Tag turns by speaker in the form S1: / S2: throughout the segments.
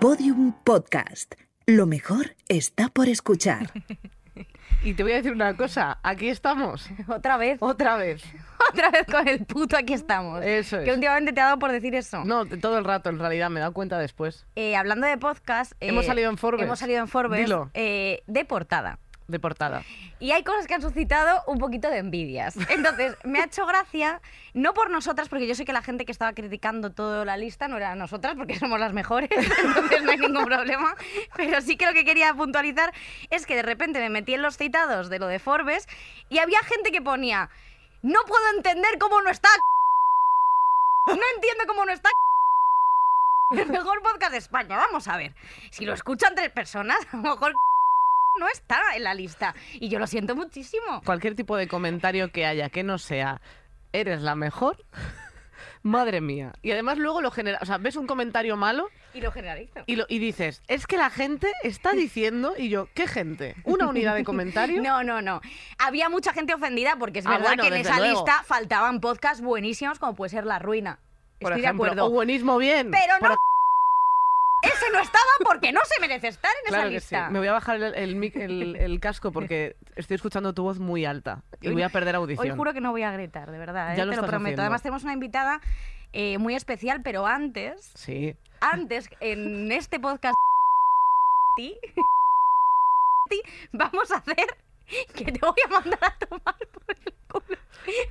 S1: Podium Podcast. Lo mejor está por escuchar.
S2: Y te voy a decir una cosa, aquí estamos,
S3: Otra vez.
S2: otra vez.
S3: Otra vez con el puto aquí estamos.
S2: Eso
S3: Que
S2: es.
S3: últimamente te ha dado por decir eso.
S2: Eh, No, todo el rato en realidad, me he dado cuenta después.
S3: Eh, hablando de podcast. eh,
S2: Hemos salido en Forbes.
S3: Hemos salido en Forbes.
S2: Dilo.
S3: eh, de portada.
S2: De portada.
S3: Y hay cosas que han suscitado un poquito de envidias. Entonces, me ha hecho gracia, no por nosotras, porque yo sé que la gente que estaba criticando toda la lista no era nosotras, porque somos las mejores, entonces no hay ningún problema. Pero sí que lo que quería puntualizar es que de repente me metí en los citados de lo de Forbes y había gente que ponía, no puedo entender cómo no está... No entiendo cómo no está... El mejor podcast de España, vamos a ver. Si lo escuchan tres personas, a lo mejor no está en la lista. Y yo lo siento muchísimo.
S2: Cualquier tipo de comentario que haya que no sea, eres la mejor. Madre mía. Y además luego lo genera, o sea, ves un comentario malo
S3: Y lo generalizo.
S2: y, lo, y dices, es que la gente está diciendo, y yo, ¿qué gente? ¿Una unidad de comentario?
S3: No, no, no. Había mucha gente ofendida porque es
S2: Ah,
S3: verdad
S2: bueno,
S3: que en
S2: desde
S3: esa
S2: luego.
S3: lista faltaban podcasts buenísimos como puede ser La Ruina.
S2: por
S3: Estoy
S2: ejemplo,
S3: de acuerdo.
S2: O buenismo bien.
S3: Pero
S2: por
S3: no. Ese no estaba porque no se merece estar en
S2: Claro
S3: esa
S2: que sí.
S3: lista.
S2: Me voy a bajar el, el mic- el- el casco porque estoy escuchando tu voz muy alta y
S3: Hoy-
S2: voy a perder
S3: Hoy
S2: audición.
S3: juro que no voy a gritar, de verdad. ¿eh?
S2: Ya lo
S3: Te lo
S2: estás
S3: prometo.
S2: haciendo.
S3: Además, tenemos una invitada eh, muy especial, pero antes,
S2: Sí.
S3: antes, en este podcast, ti, ti, vamos a hacer que te voy a mandar a tomar por el culo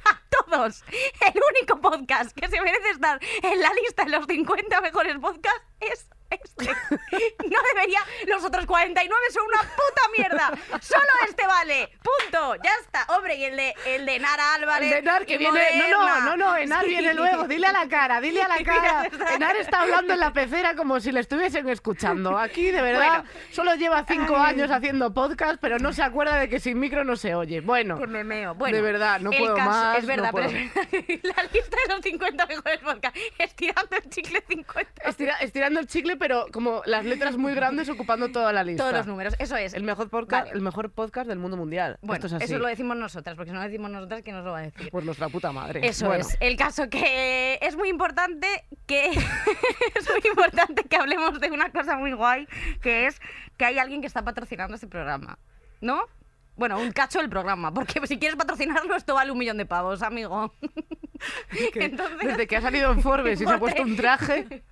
S3: a todos. El único podcast que se merece estar en la lista de los 50 mejores podcasts es este. No debería, los otros 49 son una puta mierda. Solo este vale. Punto. Ya está. Hombre, y el de, el de Nara Álvarez.
S2: El de Enar, que
S3: y
S2: viene. No, no,
S3: Moderna.
S2: no, no, Enar
S3: Sí.
S2: viene luego. Dile a la cara, dile a la cara.
S3: está-
S2: Enar está hablando en la pecera como si le estuviesen escuchando. Aquí, de verdad, solo lleva cinco
S3: Ay.
S2: años haciendo podcast, pero no se acuerda de que sin micro no se oye. Bueno,
S3: Pues me meo. Bueno,
S2: de verdad, no
S3: el
S2: puedo
S3: caso-
S2: más.
S3: Es verdad,
S2: no
S3: pero
S2: puedo.
S3: es verdad. La lista de los 50 mejores podcasts. Estirando el chicle 50.
S2: Estira- estirando el chicle, pero como las letras muy grandes ocupando toda la lista.
S3: Todos los números. Eso es.
S2: El mejor, podcast,
S3: Vale.
S2: el mejor podcast del mundo mundial.
S3: Bueno,
S2: Esto es así.
S3: eso lo decimos nosotras, porque si no lo decimos nosotras, ¿quién nos lo va a decir?
S2: Pues nuestra puta madre.
S3: Eso
S2: Bueno,
S3: es. El caso que es muy importante que es muy importante que hablemos de una cosa muy guay, que es que hay alguien que está patrocinando este programa, ¿no? Bueno, un cacho del programa, porque si quieres patrocinarlo esto vale un millón de pavos, amigo.
S2: que
S3: Entonces-
S2: Desde que ha salido en Forbes y se ha puesto un traje.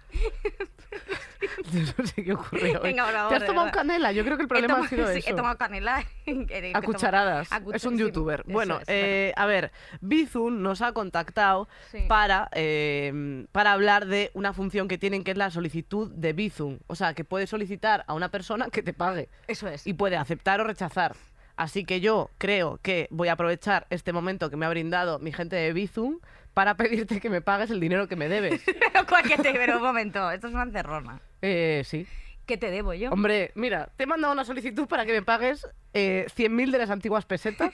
S2: Yo no sé qué ocurre hoy.
S3: Venga, por favor,
S2: Te has
S3: de
S2: tomado
S3: verdad.
S2: canela. Yo creo que el
S3: he
S2: problema
S3: tomado,
S2: ha sido
S3: sí,
S2: eso.
S3: he tomado canela. en- en- he
S2: A
S3: tomado-
S2: cucharadas.
S3: a cuch-
S2: es un
S3: sí,
S2: youtuber.
S3: eso
S2: Bueno,
S3: es,
S2: eh, a ver, Bizun nos ha contactado
S3: Sí.
S2: para, eh, para hablar de una función que tienen que es la solicitud de Bizun. O sea, que puedes solicitar a una persona que te pague
S3: Eso es.
S2: y puede aceptar o rechazar. Así que yo creo que voy a aprovechar este momento que me ha brindado mi gente de Bizum para pedirte que me pagues el dinero que me debes.
S3: Pero, ¿cuál que te- pero un momento, esto es una encerrona.
S2: Eh, sí.
S3: ¿Qué te debo yo?
S2: Hombre, mira, te he mandado una solicitud para que me pagues eh, 100.000 de las antiguas pesetas.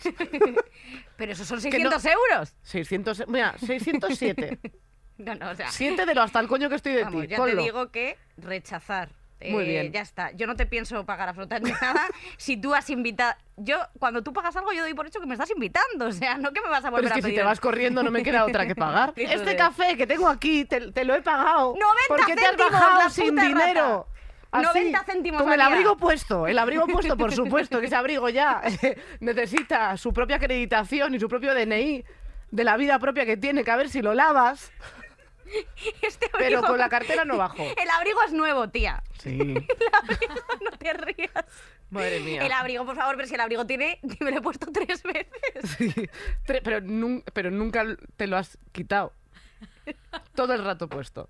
S3: Pero esos son
S2: no-
S3: 600 euros.
S2: 600, mira, 607.
S3: No, no, o sea,
S2: 7 de lo hasta el coño que estoy de
S3: vamos,
S2: ti.
S3: ya
S2: ponlo.
S3: te digo que rechazar.
S2: Muy
S3: Eh,
S2: bien.
S3: Ya está. Yo no te pienso pagar absolutamente nada. si tú has invitado. Yo, cuando tú pagas algo, yo doy por hecho que me estás invitando. O sea, no que Pues me vas a
S2: Pero
S3: volver
S2: es que
S3: a
S2: si
S3: pedir.
S2: te vas corriendo no me queda otra que pagar.
S3: Hijo
S2: este
S3: de-
S2: café que tengo aquí, te, te lo he pagado.
S3: 90
S2: porque te has
S3: céntimos,
S2: bajado
S3: la
S2: sin
S3: puta
S2: dinero.
S3: rata. 90 céntimos,
S2: Con el
S3: María.
S2: abrigo puesto, el abrigo puesto, por supuesto, que ese abrigo ya eh, necesita su propia acreditación y su propio DNI de la vida propia que tiene, que a ver si lo lavas,
S3: Este
S2: pero
S3: abrigo-
S2: con la cartera no bajo.
S3: El abrigo es nuevo, tía.
S2: Sí.
S3: No te rías.
S2: Madre mía.
S3: El abrigo, por favor, pero si el abrigo tiene, me lo he puesto tres veces.
S2: Sí. Tre- Pero, nun- pero nunca l- te lo has quitado. Todo el rato puesto.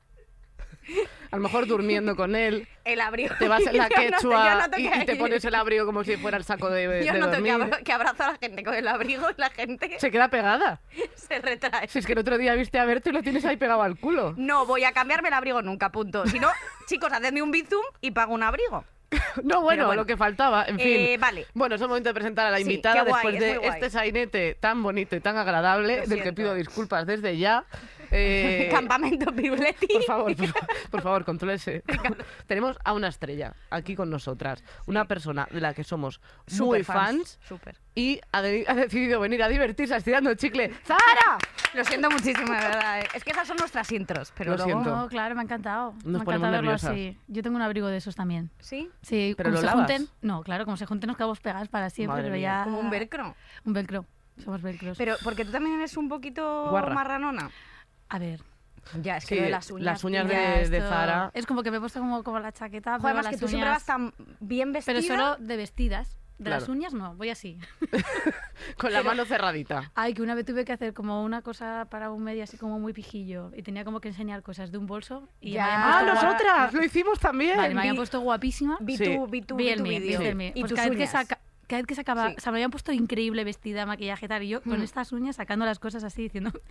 S2: A lo mejor durmiendo con él,
S3: El abrigo.
S2: te vas en la
S3: Yo no sé,
S2: quechua
S3: yo noto
S2: y,
S3: que-
S2: y te pones el abrigo como si fuera el saco de, de
S3: Yo noto que,
S2: dormir.
S3: abra- que abrazo a la gente con el abrigo y la gente
S2: Se queda pegada.
S3: se retrae.
S2: Si es que el otro día viste a verte y lo tienes ahí pegado al culo.
S3: No voy a cambiarme el abrigo nunca, punto. Si no, chicos, hacedme un bizum y pago un abrigo.
S2: No, bueno,
S3: Pero bueno.
S2: lo que faltaba, en fin.
S3: Eh, vale.
S2: Bueno, es el momento de presentar a la
S3: Sí,
S2: invitada
S3: qué guay,
S2: después
S3: es
S2: de
S3: muy guay.
S2: este sainete tan bonito y tan agradable,
S3: Lo
S2: del que
S3: siento.
S2: pido disculpas desde ya. Eh,
S3: Campamento Piruleti.
S2: Por favor, por, Por favor, contrólese. Tenemos a una estrella aquí con nosotras. Una persona de la que somos muy fans.
S3: Súper.
S2: Y ha, de- ha decidido venir a divertirse estirando el chicle. ¡Zara!
S3: Lo siento muchísimo, de verdad. eh. Es que esas son nuestras intros, pero
S2: Lo
S3: luego...
S2: siento.
S4: No, Oh, claro, me ha encantado. me
S2: Nos
S4: ha
S2: ponemos
S4: encantado verlo
S2: nerviosas.
S4: así. Yo tengo un abrigo de esos también.
S3: ¿Sí?
S4: Sí,
S2: ¿Pero
S4: como
S2: lo
S4: se
S2: lavas?
S4: junten. No, claro, como se junten nos quedamos pegadas para siempre,
S2: Madre
S4: pero
S2: mía.
S4: ya.
S3: Como un velcro.
S4: Un velcro. Somos velcros.
S3: Pero porque tú también eres un poquito
S2: Guarra.
S3: marranona.
S4: a ver.
S3: Ya, es
S2: Sí,
S3: que lo de las uñas.
S2: las uñas
S3: ya.
S2: de- de
S4: esto-
S2: Zara.
S4: Es como que me he puesto como, como la chaqueta.
S3: Joder,
S4: pero
S3: además
S4: las
S3: que tú siempre
S4: uñas-
S3: vas tan bien vestida.
S4: Pero solo de vestidas. De las
S2: Claro.
S4: uñas no, voy así.
S2: Con la mano cerradita.
S4: Ay, que una vez tuve que hacer como una cosa para un medio así como muy pijillo y tenía como que enseñar cosas de un bolso y
S3: Ya.
S4: me habían
S2: ¡Ah,
S4: puesto guapa-
S2: nosotras! Lo hicimos también.
S4: Vale, me habían
S3: Vi-
S4: puesto guapísima.
S3: Vi
S2: Sí.
S3: tu, vi tu,
S4: Vi
S3: vi
S4: el
S3: tu
S4: mío,
S3: vídeo.
S4: vi el mío.
S3: Y
S4: Pues
S3: tus
S4: cada vez, que
S3: uñas.
S4: saca- cada vez que sacaba,
S3: Sí.
S4: se me habían puesto increíble vestida, maquillaje y tal, y yo
S2: Mm.
S4: con estas uñas sacando las cosas así, diciendo,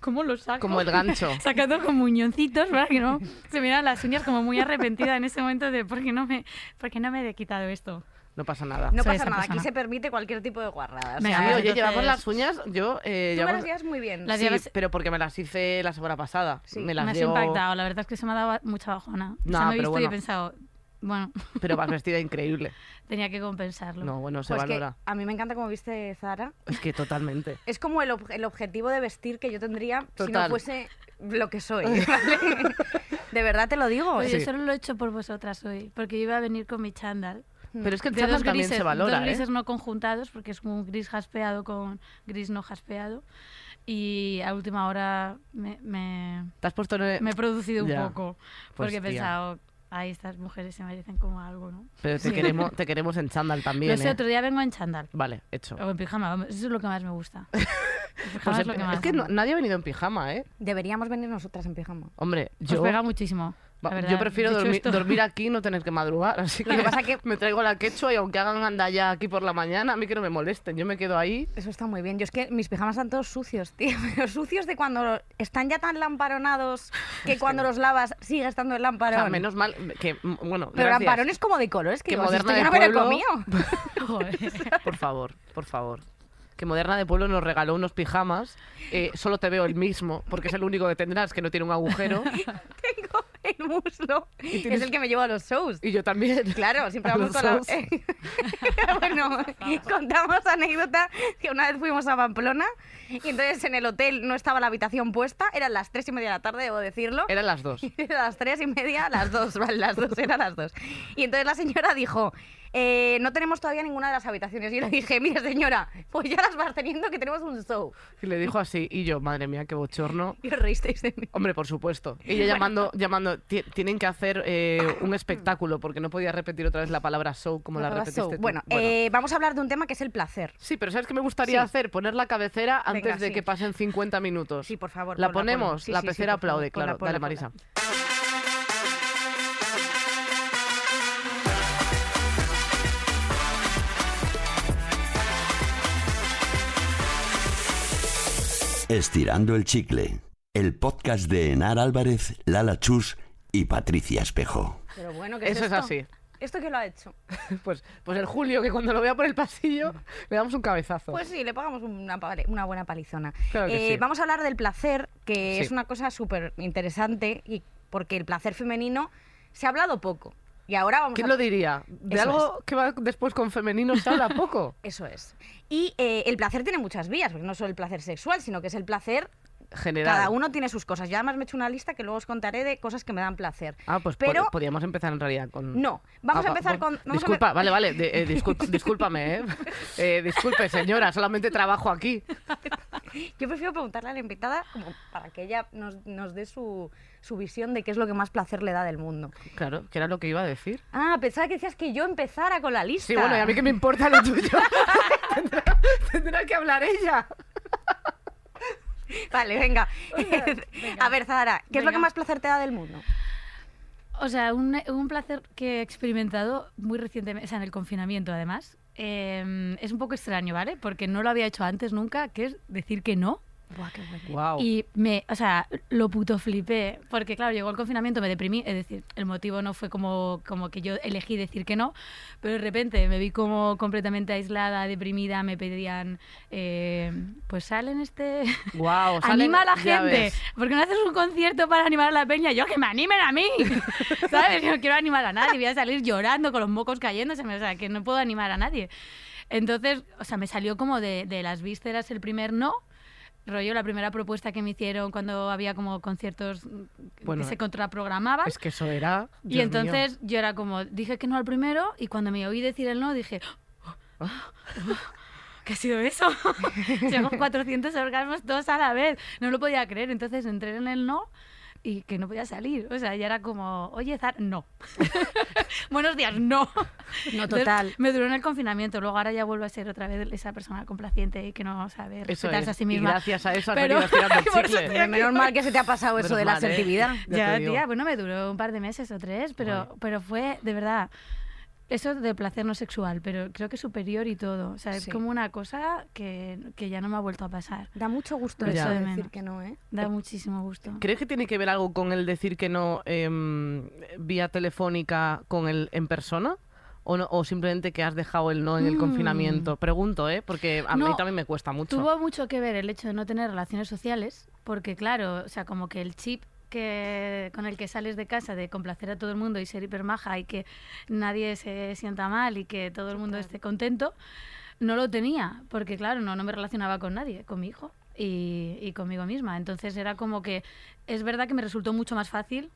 S4: ¿cómo lo saco?
S2: Como el gancho.
S4: Sacando con muñoncitos, ¿verdad? Que no se me dan las uñas como muy arrepentida en ese momento de ¿por qué no me, por qué no me he quitado esto?
S2: No pasa nada.
S3: No
S4: Soy
S3: pasa
S4: esa
S3: nada, aquí
S4: persona.
S3: se permite cualquier tipo de guarrada.
S4: Venga,
S2: Sí, oye,
S4: entonces-
S2: llevamos las uñas. Yo. eh,
S3: tú me
S2: llevamos-
S3: las llevas muy bien.
S4: Las
S2: Sí,
S4: llevas-
S2: pero porque me las hice la semana pasada.
S3: Sí.
S2: Me
S4: Me
S2: las
S4: has
S2: llevo-
S4: impactado, la verdad es que se me ha dado mucha bajona. o sea,
S2: Nah,
S4: me he
S2: pero
S4: visto y
S2: bueno.
S4: he pensado, bueno,
S2: Pero vas vestida increíble.
S4: tenía que compensarlo.
S2: No, bueno, se
S3: Pues que
S2: valora.
S3: a mí me encanta como viste Zara.
S2: Es que totalmente.
S3: Es como el, ob- el objetivo de vestir que yo tendría si no
S2: Total.
S3: fuese lo que soy. ¿vale? de verdad te lo digo.
S4: Pues
S2: Sí.
S4: yo solo lo he hecho por vosotras hoy, porque yo iba a venir con mi chándal.
S2: Pero es que el
S4: de
S2: chándal
S4: dos
S2: también
S4: grises,
S2: se valora,
S4: dos
S2: ¿eh?
S4: grises no conjuntados, porque es un gris jaspeado con gris no jaspeado. Y a última hora me, me-
S2: Te has puesto en el-
S4: me he producido un
S2: Eh, Ya,
S4: poco,
S2: pues,
S4: porque he
S2: tía.
S4: pensado, ay, estas mujeres se merecen como algo, ¿no?
S2: Pero te queremos, te queremos en chándal también,
S4: Lo sé,
S2: ¿eh?
S4: otro día vengo en chándal.
S2: Vale, hecho.
S4: O en pijama, vamos, eso es lo que más me gusta. El pijama
S2: Pues
S4: es lo
S2: el-
S4: que más.
S2: es que
S4: me
S2: no-
S4: gusta.
S2: nadie ha venido en pijama, ¿eh?
S3: Deberíamos venir nosotras en pijama.
S2: Hombre,
S4: Os
S2: yo,
S4: pega muchísimo. la
S2: va- yo
S4: verdad.
S2: prefiero
S4: Dicho
S2: dormir,
S4: esto-
S2: dormir aquí y no tener que madrugar. Así que,
S3: que pasa que-
S2: me traigo la quechua y aunque hagan andalla aquí por la mañana, a mí que no me molesten. Yo me quedo ahí.
S3: Eso está muy bien. Yo es que mis pijamas están todos sucios, tío. Pero sucios de cuando están ya tan lamparonados que cuando los lavas sigue estando el
S2: O
S3: lamparón.
S2: sea, menos mal que, m- bueno,
S3: Pero
S2: gracias.
S3: lamparón es como de colores, que
S2: Que
S3: digo, si
S2: moderna
S3: esto yo
S2: de
S3: no me lo he
S2: pueblo.
S3: comido.
S4: Joder.
S2: Por favor, por favor. Que Moderna de Pueblo nos regaló unos pijamas. eh, solo te veo el mismo, porque es el único que tendrás que no tiene un agujero.
S3: Tengo el muslo.
S2: tienes-
S3: Es el que me lleva a los shows.
S2: Y yo también.
S3: Claro, siempre
S2: A
S3: vamos
S2: los
S3: con la...
S2: shows.
S3: bueno, contamos anécdota que una vez fuimos a Pamplona y entonces en el hotel no estaba la habitación puesta, eran las tres y media de la tarde, debo decirlo.
S2: Eran las dos.
S3: Era las tres y media, las dos, vale, las dos, era las dos. Y entonces la señora dijo, eh, no tenemos todavía ninguna de las habitaciones. Y yo le dije, mire señora, pues ya las vas teniendo que tenemos un show.
S2: Y le dijo así. Y yo, madre mía, qué bochorno.
S3: Y os reísteis de mí.
S2: Hombre, por supuesto. Y yo llamando, llamando, "Ti- tienen que hacer eh, un espectáculo, porque no podía repetir otra vez la palabra show como la,
S3: Nos daba
S2: repetiste
S3: show.
S2: tú.
S3: Bueno, eh, vamos a hablar de un tema que es el placer.
S2: Sí, pero ¿sabes qué me gustaría
S3: Sí.
S2: hacer? Poner la cabecera antes
S3: Venga,
S2: de
S3: sí.
S2: que pasen 50 minutos.
S3: Sí, por favor.
S2: ¿La
S3: ponla, ponla.
S2: ponemos?
S3: Sí,
S2: la
S3: sí, sí,
S2: pecera
S3: por favor,
S2: aplaude,
S3: ponla,
S2: claro.
S3: ponla,
S2: Dale,
S3: ponla.
S2: Marisa.
S5: Estirando el chicle, el podcast de Enar Álvarez, Lala Chus y Patricia Espejo.
S3: Pero bueno, ¿qué
S2: Eso es
S3: esto?
S2: así.
S3: ¿Esto qué lo ha hecho?
S2: Pues, pues el Julio, que cuando lo vea por el pasillo, le damos un cabezazo.
S3: Pues sí, le pagamos una, pali- una buena palizona. Eh,
S2: Claro que sí.
S3: Vamos a hablar del placer, que
S2: Sí.
S3: es una cosa súper interesante, y porque el placer femenino se ha hablado poco. Y ahora vamos
S2: ¿Quién
S3: a...
S2: lo diría? De
S3: Eso
S2: algo que va después con femenino se habla poco.
S3: Eso es. Y eh, el placer tiene muchas vías, porque no solo el placer sexual, sino que es el placer...
S2: General.
S3: Cada uno tiene sus cosas. Yo además me he hecho una lista que luego os contaré de cosas que me dan placer.
S2: Ah, pues po-
S3: Pero
S2: podíamos empezar en realidad con...
S3: No, vamos
S2: Mm. Ah,
S3: a
S2: va-
S3: empezar
S2: va-
S3: con- vamos a
S2: disculpa,
S3: empe-
S2: vale, vale, de- eh, disculpa- discúlpame, ¿eh? Eh, Disculpe, señora, solamente trabajo aquí.
S3: yo prefiero preguntarle a la invitada como para que ella nos, nos dé su, su visión de qué es lo que más placer le da del mundo.
S2: Claro, que era lo que iba a decir.
S3: Ah, pensaba que decías que yo empezara con la lista.
S2: Sí, bueno, y a mí que me importa lo tuyo. tendrá, tendrá que hablar ella.
S3: Vale, venga. A ver, Zara, ¿qué es lo que
S4: Venga.
S3: más placer te da del mundo?
S4: O sea, un, un placer que he experimentado muy recientemente, o sea, en el confinamiento Em, además. Eh, es un poco extraño, ¿vale? Porque no lo había hecho antes nunca, que es decir que no. Buah, qué bueno.
S2: Guau.
S4: Y me, o sea, lo puto flipé, porque claro, llegó el confinamiento, me deprimí, es decir, el motivo no fue como, como que yo elegí decir que no, pero de repente me vi como completamente aislada, deprimida, me pedían, eh, pues salen este...
S2: Guau, salen-
S4: Anima a la
S2: ya
S4: gente,
S2: ves.
S4: porque no haces un concierto para animar a la peña, yo que me animen a mí, ¿sabes? Yo no quiero animar a nadie, voy a salir llorando con los mocos cayéndose, o sea, que no puedo animar a nadie. Entonces, o sea, me salió como de, de las vísceras el primer no. Rollo, la primera propuesta que me hicieron cuando había como conciertos mm,
S2: Bueno,
S4: que se contraprogramaban.
S2: Es que eso era.
S4: y
S2: Dios mío.
S4: entonces yo era como, dije que no al primero y cuando me oí decir el no dije, "Oh, oh, ¿qué ha sido eso? Tengo 400 orgasmos todos a la vez. No lo podía creer. Entonces entré en el no y que no podía salir. O sea, ya era como, oye, Zar, no. Buenos días, no.
S3: No,
S4: Entonces,
S3: total.
S4: me duró en el confinamiento. Luego ahora ya vuelvo a ser otra vez esa persona complaciente y que no sabe
S2: Eso
S4: respetarse
S2: es.
S4: a sí
S2: Y
S4: misma.
S2: gracias a eso has
S4: Pero-
S2: venido tirando el
S4: por eso
S2: chicle.
S4: estoy
S3: Pero
S4: aquí.
S3: menos mal que se te ha pasado eso
S2: Menos
S3: de la
S2: mal, ¿eh?
S3: asertividad.
S2: Ya
S4: Ya,
S2: te digo.
S4: tía, bueno, me duró un par de meses o tres, pero,
S2: Vale.
S4: pero fue, de verdad, eso de placer no sexual, pero creo que superior y todo. O sea,
S3: Sí.
S4: es como una cosa que, que ya no me ha vuelto a pasar.
S3: Da mucho gusto
S2: Pues Ya.
S3: eso de
S4: Eso de
S3: decir
S4: menos.
S3: que no, ¿eh?
S4: Da muchísimo gusto.
S2: ¿Crees que tiene que ver algo con el decir que no em, vía telefónica con el en persona? ¿O, no- o simplemente que has dejado el no en el
S4: Mm.
S2: confinamiento? Pregunto, ¿eh? Porque a mí
S4: No,
S2: también me cuesta mucho.
S4: Tuvo mucho que ver el hecho de no tener relaciones sociales, porque claro, o sea, como que el chip que con el que sales de casa de complacer a todo el mundo y ser hipermaja y que nadie se sienta mal y que todo el mundo esté contento, no lo tenía, porque claro, no, no me relacionaba con nadie, con mi hijo y, y conmigo misma. Entonces era como que es verdad que me resultó mucho más fácil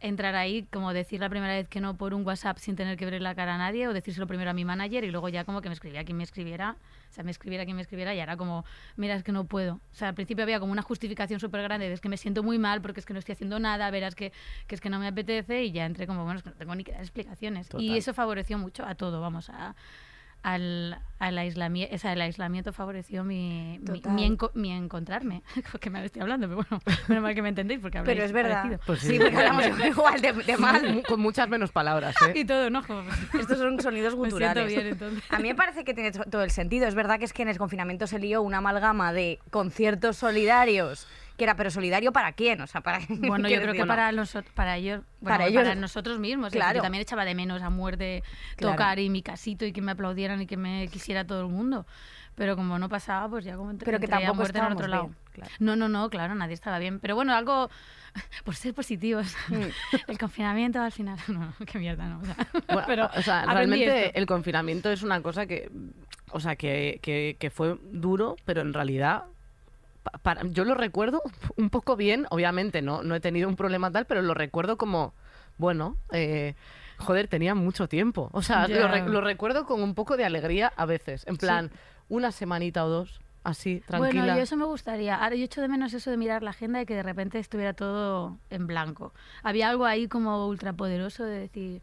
S4: entrar ahí, como decir la primera vez que no por un WhatsApp sin tener que ver la cara a nadie, o decírselo primero a mi manager y luego ya como que me escribía quien me escribiera, o sea, me escribiera quien me escribiera y ahora como, mira, es que no puedo. O sea, al principio había como una justificación súper grande de es que me siento muy mal porque es que no estoy haciendo nada, verás que, que es que no me apetece y ya entré como, bueno, es que no tengo ni que dar explicaciones.
S2: Total.
S4: Y eso favoreció mucho a todo, vamos, a... Al, al aislamiento, o sea, el aislamiento favoreció mi, mi,
S3: Total.
S4: mi enco- mi encontrarme. que me estoy hablando, pero bueno, menos mal que me entendéis porque habláis
S3: Pero es verdad.
S4: parecido.
S2: Pues sí.
S3: sí, porque hablamos igual de, de mal.
S2: Mu- Con muchas menos palabras, ¿eh?
S4: Y todo, pues. ¿no? Como-
S3: Estos son sonidos
S4: Me siento
S3: guturales.
S4: bien, entonces.
S3: A mí me parece que tiene to- todo el sentido. Es verdad que es que en el confinamiento se lió una amalgama de conciertos solidarios, que era, pero solidario para quién, o sea, para
S4: Bueno, yo
S3: quiero
S4: creo que
S3: decir,
S4: para, noso- para, ellos, bueno,
S3: Para ellos.
S4: para nosotros mismos. Es decir,
S3: Claro.
S4: Yo también echaba de menos a muerte
S3: Claro.
S4: tocar y mi casito y que me aplaudieran y que me quisiera todo el mundo. Pero como no pasaba, pues ya como ent-
S3: Pero que
S4: entré a
S3: tampoco
S4: muerte en el
S3: estábamos
S4: otro lado.
S3: bien, claro.
S4: No, no, no, claro, nadie estaba bien. Pero bueno, algo por ser positivos.
S3: Mm.
S4: el confinamiento al final. No, qué mierda, no. o sea,
S2: Bueno,
S4: pero
S2: o sea,
S4: aprendí
S2: realmente
S4: esto.
S2: el confinamiento es una cosa que. O sea, que, que- que fue duro, pero en realidad. pa- para- yo lo recuerdo un poco bien, obviamente, no, no he tenido un problema tal, pero lo recuerdo como. Bueno, eh, joder, tenía mucho tiempo. O sea,
S4: Ya.
S2: lo, re- lo recuerdo con un poco de alegría a veces. En plan, una semanita o dos, así, tranquila.
S4: Bueno, yo eso me gustaría. Ahora yo echo de menos eso de mirar la agenda y que de repente estuviera todo en blanco. Había algo ahí como ultrapoderoso de decir,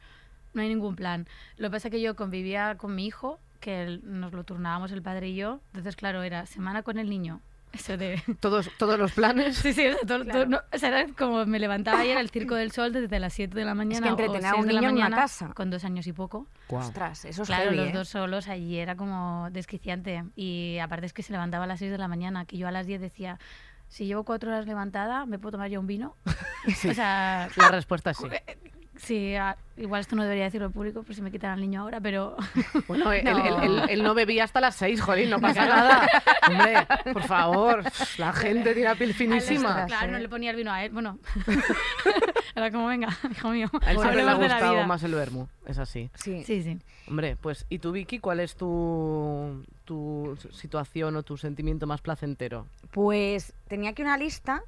S4: no hay ningún plan. Lo que pasa es que yo convivía con mi hijo, que él- nos lo turnábamos el padre y yo. Entonces, claro, era semana con el niño. Eso de...
S2: todos, todos los planes.
S4: Sí, sí, o sea, todo- todo- no, o sea, era como me levantaba y era el circo del sol desde las 7 de la mañana. o
S3: entretener a
S4: 6
S3: un
S4: de la
S3: niño en una
S4: mañana,
S3: casa.
S4: Con dos años y poco.
S3: Ostras, eso es
S4: Claro,
S3: heavy,
S4: los
S3: ¿eh?
S4: dos solos allí era como desquiciante. Y aparte es que se levantaba a las 6 de la mañana, que yo a las 10 decía, si llevo cuatro horas levantada, ¿me puedo tomar yo un vino? O sea,
S2: La respuesta es sí.
S4: sí, a- igual esto no debería decirlo al público por si me quitan al niño ahora, pero...
S2: Bueno, él,
S4: No.
S2: él- él- él no bebía hasta las seis, jolín, no pasa nada. Hombre, por favor, la gente tiene la piel finísima.
S4: Claro, no le ponía el vino a él. Bueno, era como, venga, hijo mío,
S2: A él siempre le ha
S4: hablemos de la
S2: gustado
S4: vida".
S2: más el vermo, es así.
S3: Sí.
S4: Sí, sí.
S2: Hombre, pues, ¿y tú, Vicky, cuál es tu, tu situación o tu sentimiento más placentero?
S3: Pues tenía aquí una lista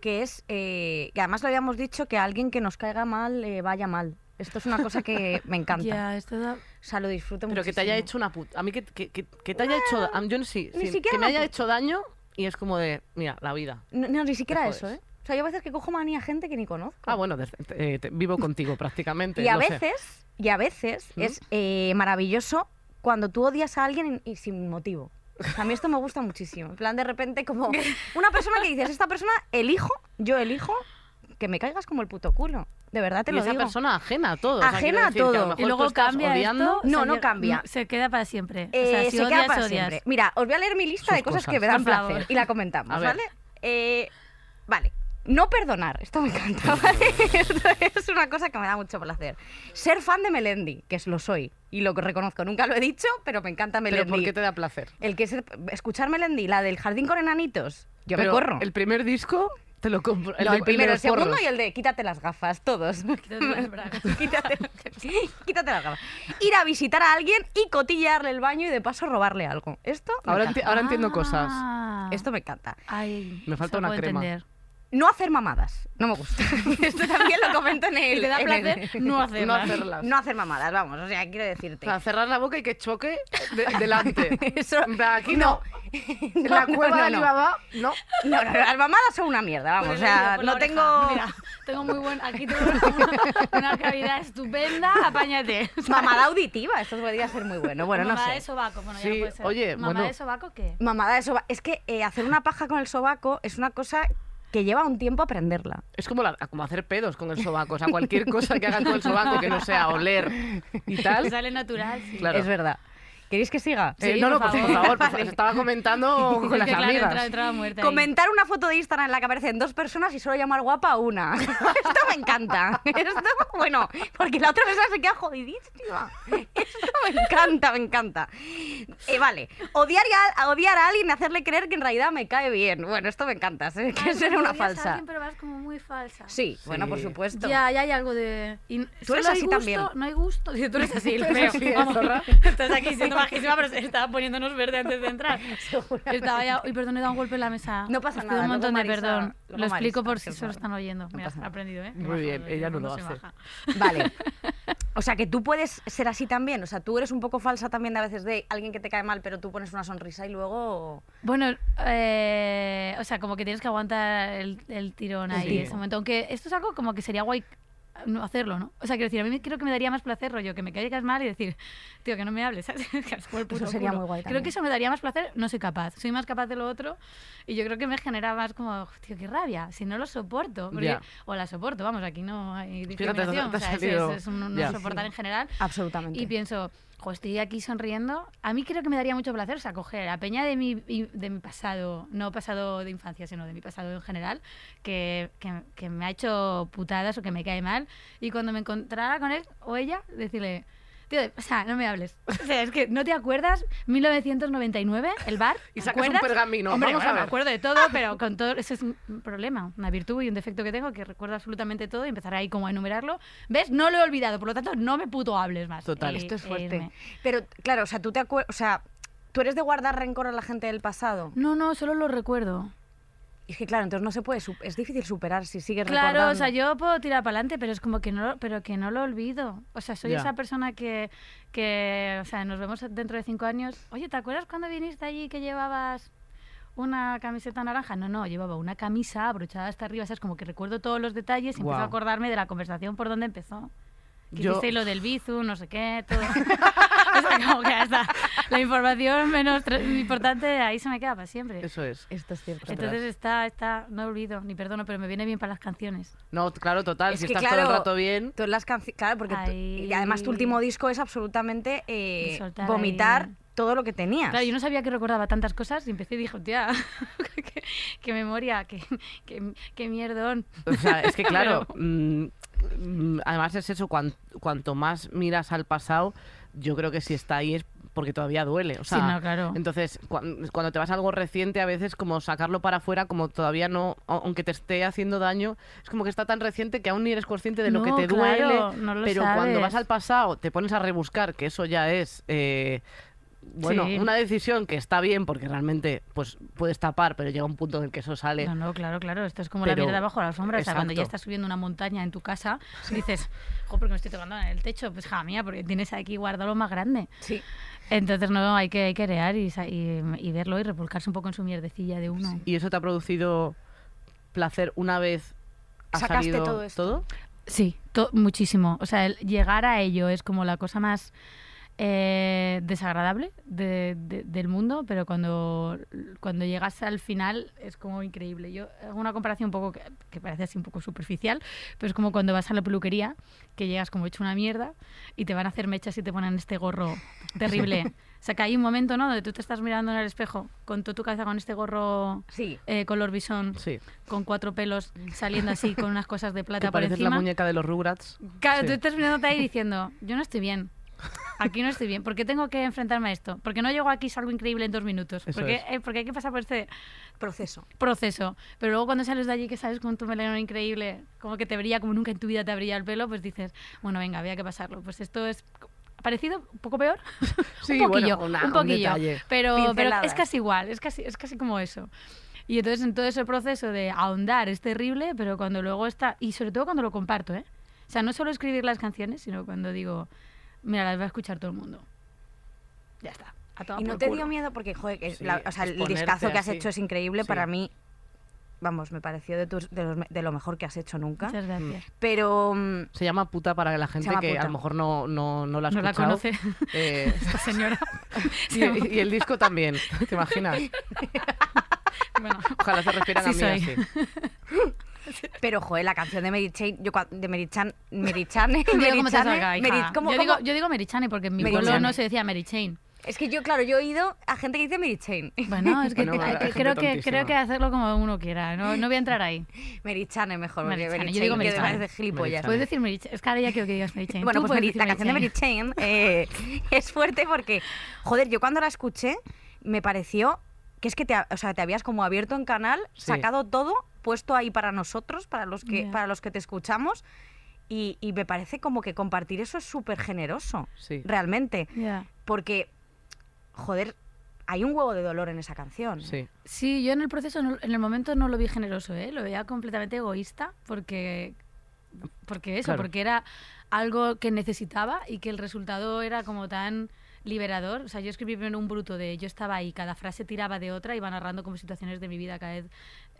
S3: que es, eh, que además lo habíamos dicho, que a alguien que nos caiga mal eh, vaya mal. Esto es una cosa que me encanta.
S4: Ya, esto da-
S3: O sea, lo disfruto
S2: Pero que te haya
S3: muchísimo. Ah,
S2: hecho una puta... A mí que, que- que- que te haya hecho... a mí- Yo no sí,
S3: ni
S2: sí,
S3: siquiera
S2: que me
S3: una
S2: haya
S3: pu-
S2: hecho daño y es como de, mira, la vida.
S3: No, no, ni siquiera
S2: Te
S3: eso,
S2: jodes.
S3: ¿eh? O sea, yo a veces que cojo manía a gente que ni conozco.
S2: Ah, bueno, des- eh, te- vivo contigo prácticamente.
S3: Y a
S2: lo sé.
S3: veces, y a veces
S2: ¿Mm?
S3: es eh, maravilloso cuando tú odias a alguien y sin motivo. A mí esto me gusta muchísimo. En plan, de repente, como una persona que dices, esta persona elijo, yo elijo que me caigas como el puto culo. De verdad te
S2: Y
S3: lo
S2: esa
S3: digo.
S2: persona ajena a todo. o sea,
S3: Ajena
S2: quiero
S3: a
S2: decir que
S3: todo.
S2: lo mejor
S4: y luego
S2: tú estás
S4: cambia
S2: odiando-
S4: esto.
S3: No, no cambia.
S4: Se queda para siempre.
S3: Eh,
S4: o sea, si
S3: se
S4: odias,
S3: queda para
S4: odias.
S3: siempre. Mira, os voy a leer mi lista
S2: Sus
S3: de cosas,
S2: cosas.
S3: que me dan
S4: Por favor.
S3: placer y la comentamos,
S2: A ver.
S3: ¿vale? Eh, vale. No perdonar, esto me encanta, ¿vale? Esto es una cosa que me da mucho placer. Ser fan de Melendi, que es- lo soy y lo reconozco, nunca lo he dicho, pero me encanta Melendi.
S2: Pero ¿por qué te da placer?
S3: El que es escuchar Melendi, la del jardín con enanitos, yo me
S2: Pero
S3: corro.
S2: El primer disco te lo compro.
S3: No,
S2: de-
S3: el primero,
S2: de
S3: el
S2: los
S3: segundo
S2: porros.
S3: y el de quítate las gafas, todos.
S4: Quítate las bragas.
S3: quítate, quítate las gafas. Ir a visitar a alguien y cotillarle el baño y de paso robarle algo. Esto me
S2: Ahora,
S3: encanta.
S2: enti- ahora entiendo cosas.
S4: Ah.
S3: Esto me encanta.
S4: Ay,
S2: Me falta
S4: se lo
S2: una
S4: puedo
S2: crema.
S4: entender.
S3: No hacer mamadas. No me gusta. Esto también lo comento en el...
S4: Y te da
S3: en el-
S4: placer no hacerlas.
S2: No hacerlas.
S3: No hacer mamadas, vamos. O sea, quiero decirte.
S2: O sea, cerrar la boca y que choque de- delante.
S3: Eso-
S2: En plan, Aquí no.
S3: No,
S2: la
S3: no,
S2: cueva
S3: no,
S2: de
S3: no.
S2: Alibaba, no.
S3: No, no, no, las mamadas son una mierda, vamos.
S4: Por
S3: o
S4: el
S3: sea,
S4: oído, por la
S3: no
S4: oreja.
S3: tengo...
S4: Mira, tengo muy buen. Aquí tengo una, una cavidad estupenda, apáñate.
S3: Mamada auditiva, esto podría ser muy bueno. Bueno, no
S4: Mamá
S3: sé.
S4: de sobaco, bueno, ya
S2: Sí,
S4: no puede ser.
S2: oye,
S4: Mamá
S2: bueno.
S4: de sobaco, ¿qué?
S3: Mamada de sobaco. Es que eh, hacer una paja con el sobaco es una cosa que lleva un tiempo aprenderla.
S2: Es como, la- como hacer pedos con el sobaco. O sea, cualquier cosa que hagas con el sobaco que no sea oler y
S4: Te
S2: tal.
S4: sale natural, sí.
S2: Claro.
S3: Es verdad. ¿Queréis que siga?
S2: Eh,
S4: Pues Sí,
S2: no, no,
S4: por
S2: por favor,
S4: favor.
S2: por favor, por favor. Estaba comentando
S4: Es
S2: con las
S4: que, claro,
S2: amigas.
S4: entra- entraba muerta ahí.
S3: Comentar una foto de Instagram en la que aparecen dos personas y solo llamar guapa a una. Esto me encanta. Esto, bueno, porque la otra persona se queda jodidísima. Esto me encanta, me encanta. Eh, vale, odiar y a, a odiar a alguien y hacerle creer que en realidad me cae bien. Bueno, esto me encanta, sé
S4: Ay,
S3: que será
S4: como
S3: una
S4: odias a
S3: falsa.
S4: alguien, pero vas como muy falsa.
S3: Sí, bueno, por
S2: Sí.
S3: supuesto.
S4: Ya, ya hay algo de.
S3: Tú eres
S4: solo hay
S3: así
S4: gusto,
S3: también.
S4: No hay gusto. Sí, tú eres así, el
S2: Tú eres así, ¿eh, zorra?
S4: Estás aquí siendo majísima, pero se estaba poniéndonos verde antes de entrar. Estaba ya. Uy, perdón, he dado un golpe en la mesa.
S3: No pasa
S4: Os pido
S3: nada,
S4: un
S3: luego
S4: montón
S3: Marisa-
S4: de perdón.
S3: luego
S4: Lo explico
S3: Marisa,
S4: por
S3: que
S4: si
S3: es
S4: se lo
S3: normal.
S4: están oyendo. Mira,
S3: pasa
S4: ha
S3: nada.
S4: aprendido, ¿eh? Qué
S2: Muy
S4: maja,
S2: bien,
S4: oye,
S2: ella
S4: el
S2: no lo
S4: mundo se
S2: hace.
S4: baja.
S3: Vale. O sea, que tú puedes ser así también. O sea, tú eres un poco falsa también de a veces de alguien que te cae mal, pero tú pones una sonrisa y luego.
S4: Bueno, eh, o sea, como que tienes que aguantar el, el tirón
S2: El
S4: ahí en
S2: tiro.
S4: ese momento. Aunque esto es algo como que sería guay no hacerlo, ¿no? O sea, quiero decir, a mí me- creo que me daría más placer rollo que me caigas mal y decir, tío, que no me hables, ¿sabes? Que es como el puto
S3: sería
S4: culo.
S3: muy guay
S4: Creo
S3: también.
S4: que eso me daría más placer, no soy capaz. Soy más capaz de lo otro y yo creo que me genera más como, tío, qué rabia, si no lo soporto. porque-
S2: Ya.
S4: O la soporto, vamos, aquí no hay
S2: te ha- te ha
S4: discriminación. o sea, eso
S2: salido-
S4: es, es un,
S2: ya.
S4: no soportar en general.
S3: Absolutamente.
S4: Y pienso, jo, estoy aquí sonriendo. A mí creo que me daría mucho placer, o sea, coger a peña de mi, y- de mi pasado, no pasado de infancia, sino de mi pasado en general, que, que, que me ha hecho putadas o que me cae mal. Y cuando me encontrara con él o ella, decirle, tío, o sea, no me hables. O sea, es que no te acuerdas, 1999, el bar.
S2: Y
S4: ¿te
S2: sacas un
S4: acuerdas?
S2: pergamino,
S4: Hombre,
S2: vamos
S4: bueno,
S2: a ver.
S4: me acuerdo de todo, pero con todo, ese es un problema, una virtud y un defecto que tengo, que recuerdo absolutamente todo y empezar ahí como a enumerarlo. ¿Ves? No lo he olvidado, por lo tanto, no me puto hables más.
S2: Total.
S4: E-
S2: Esto
S4: e irme.
S3: Pero, claro, o sea, tú te acue- O sea, tú eres de guardar rencor a la gente del pasado.
S4: No, no, solo lo recuerdo.
S3: Y es que, claro, entonces no se puede. su- Es difícil superar si sigues
S4: Claro,
S3: recordando.
S4: o sea, yo puedo tirar para adelante, pero es como que no, pero que no lo olvido. O sea, soy
S2: Ya.
S4: esa persona que, que, o sea, nos vemos dentro de cinco años. Oye, ¿te acuerdas cuando viniste allí que llevabas una camiseta naranja? No, no, llevaba una camisa abrochada hasta arriba. O sea, es como que recuerdo todos los detalles y empiezo
S2: Guau.
S4: a acordarme de la conversación por donde empezó. Que
S2: Yo-
S4: hicisteis lo del bizu, no sé qué, todo. o sea, como que hasta la información menos tra- importante ahí se me queda para siempre.
S2: Eso es.
S3: Esto es cierto.
S4: Entonces está, está, no olvido, ni perdono, pero me viene bien para las canciones.
S2: No, claro, total.
S3: Es
S2: si
S3: que,
S2: estás
S3: claro,
S2: todo el rato bien.
S3: Tú en las canci- Claro, porque. tú-
S4: Ahí.
S3: Y además tu último disco es absolutamente. eh,
S4: De soltar
S3: vomitar
S4: ahí.
S3: todo lo que tenías.
S4: Claro, yo no sabía que recordaba tantas cosas y empecé y dije, tía, qué, qué memoria, qué, qué, qué mierdón.
S2: O sea, es que claro, mm, mm, además es eso, cuan- cuanto más miras al pasado, yo creo que si está ahí es porque todavía duele. O sea,
S4: no, claro.
S2: Entonces, cuan- cuando te vas a algo reciente, a veces como sacarlo para afuera, como todavía no, a- aunque te esté haciendo daño, es como que está tan reciente que aún ni eres consciente de lo que
S4: No,
S2: te duele.
S4: claro, no lo
S2: pero cuando
S4: sabes.
S2: vas al pasado, te pones a rebuscar, que eso ya es... eh, bueno,
S4: Sí.
S2: una decisión que está bien porque realmente pues puedes tapar, pero llega un punto en el que eso sale.
S4: No, no, claro, claro, esto es como la
S2: Pero-
S4: mierda bajo la alfombra. O sea, cuando ya
S2: exacto.
S4: estás subiendo una montaña en tu casa, dices, jo, porque me estoy tocando en el techo, pues ja mía, porque tienes aquí guardado lo más grande.
S3: Sí.
S4: Entonces, no, hay que, hay que arear y, sa- y, y verlo y repulcarse un poco en su mierdecilla de uno.
S2: ¿Y eso te ha producido placer una vez ha
S3: Sacaste
S2: salido
S3: todo esto.
S4: Sí, to- muchísimo. O sea, el llegar a ello es como la cosa más eh, desagradable de- de- del mundo, pero cuando, cuando llegas al final es como increíble. Yo hago una comparación un poco que, que parece así un poco superficial, pero es como cuando vas a la peluquería, que llegas como hecho una mierda y te van a hacer mechas y te ponen este gorro terrible. O sea, que hay un momento, ¿no?, donde tú te estás mirando en el espejo con toda tu cabeza con este gorro
S3: Sí.
S4: eh, color bisón,
S2: Sí.
S4: con cuatro pelos saliendo así, con unas cosas de
S2: Que
S4: plata por
S2: pareces la
S4: encima.
S2: muñeca de los Rugrats.
S4: Claro,
S2: Sí.
S4: tú estás mirándote ahí diciendo, yo no estoy bien. Aquí no estoy bien. ¿Por qué tengo que enfrentarme a esto? Porque no llego aquí y salgo increíble en dos minutos.
S2: Eso
S4: Porque,
S2: es.
S4: eh, porque hay que pasar por este
S6: Proceso.
S4: proceso. Pero luego cuando sales de allí que sales con tu meleno increíble, como que te brilla como nunca en tu vida te ha brillado el pelo, pues dices, bueno, venga, había que pasarlo. Pues esto es parecido, un poco peor.
S2: Sí,
S4: un
S2: bueno,
S4: poquillo,
S2: una-
S4: un
S2: un
S4: poquillo.
S2: detalle.
S4: pero, pero
S3: Pinceladas.
S4: es casi igual, es casi, es casi como eso. Y entonces en todo ese proceso de ahondar es terrible, pero cuando luego está, y sobre todo cuando lo comparto, ¿eh? O sea, no solo escribir las canciones, sino cuando digo, mira, las va a escuchar todo el mundo. Ya está. A tomar
S3: ¿Y no
S4: por
S3: te
S4: culo.
S3: dio miedo? Porque, joder, que
S2: Sí,
S3: la- o sea, el
S2: exponerte
S3: discazo que has
S2: así.
S3: hecho es increíble.
S2: Sí.
S3: Para mí, vamos, me pareció de, tus- de, los me- de lo mejor que has hecho nunca.
S4: Muchas gracias.
S3: Pero mm,
S2: Se llama puta para la gente
S3: llama
S2: que a
S3: puta.
S2: lo mejor no, no, no la ha
S4: No la
S2: escuchado.
S4: conoce.
S3: Mm.
S2: Eh,
S4: Esta señora.
S2: y, y el disco también, ¿te imaginas?
S4: Bueno,
S2: Ojalá se refieran
S4: Así
S2: a mí
S4: soy.
S2: así.
S3: Pero, joder, la canción de Merichan, yo cua- de Merichan, Merichane,
S4: digo como te
S3: Merichane,
S4: salga, hija.
S3: Meri- ¿cómo-
S4: yo,
S3: cómo?
S4: digo, yo digo Merichane porque en mi
S3: Merichane.
S4: pueblo no se decía Merichane.
S3: Es que yo, claro, yo he oído a gente que dice Merichane.
S4: Bueno, es que,
S2: Bueno,
S4: hay
S2: la
S4: que-
S2: gente
S4: creo, que,
S2: tontísima.
S4: creo que hacerlo como uno quiera. No, no voy a entrar ahí.
S3: Merichane mejor, porque
S4: Merichane, yo
S3: Merichane,
S4: digo
S3: que
S4: Merichane.
S3: parece gilipollas.
S4: Puedes decir Merichane. Es que ahora ya quiero que digas Merichane.
S3: Bueno,
S4: Tú
S3: pues
S4: puedes
S3: Meri-
S4: decir
S3: la canción de Merichane eh, es fuerte porque, joder, yo cuando la escuché me pareció que es que te, ha- o sea, te habías como abierto en canal,
S2: Sí.
S3: sacado todo, puesto ahí para nosotros, para los que,
S4: Ya.
S3: para los que te escuchamos. Y, y me parece como que compartir eso es súper generoso,
S2: Sí.
S3: realmente.
S4: Ya.
S3: Porque, joder, hay un huevo de dolor en esa canción.
S2: Sí.
S4: Sí, yo en el proceso, no- en el momento no lo vi generoso, ¿eh? lo veía completamente egoísta porque, porque eso,
S2: Claro.
S4: porque era algo que necesitaba y que el resultado era como tan liberador. O sea, yo escribí primero un bruto de yo estaba ahí, cada frase tiraba de otra, iba narrando como situaciones de mi vida cada vez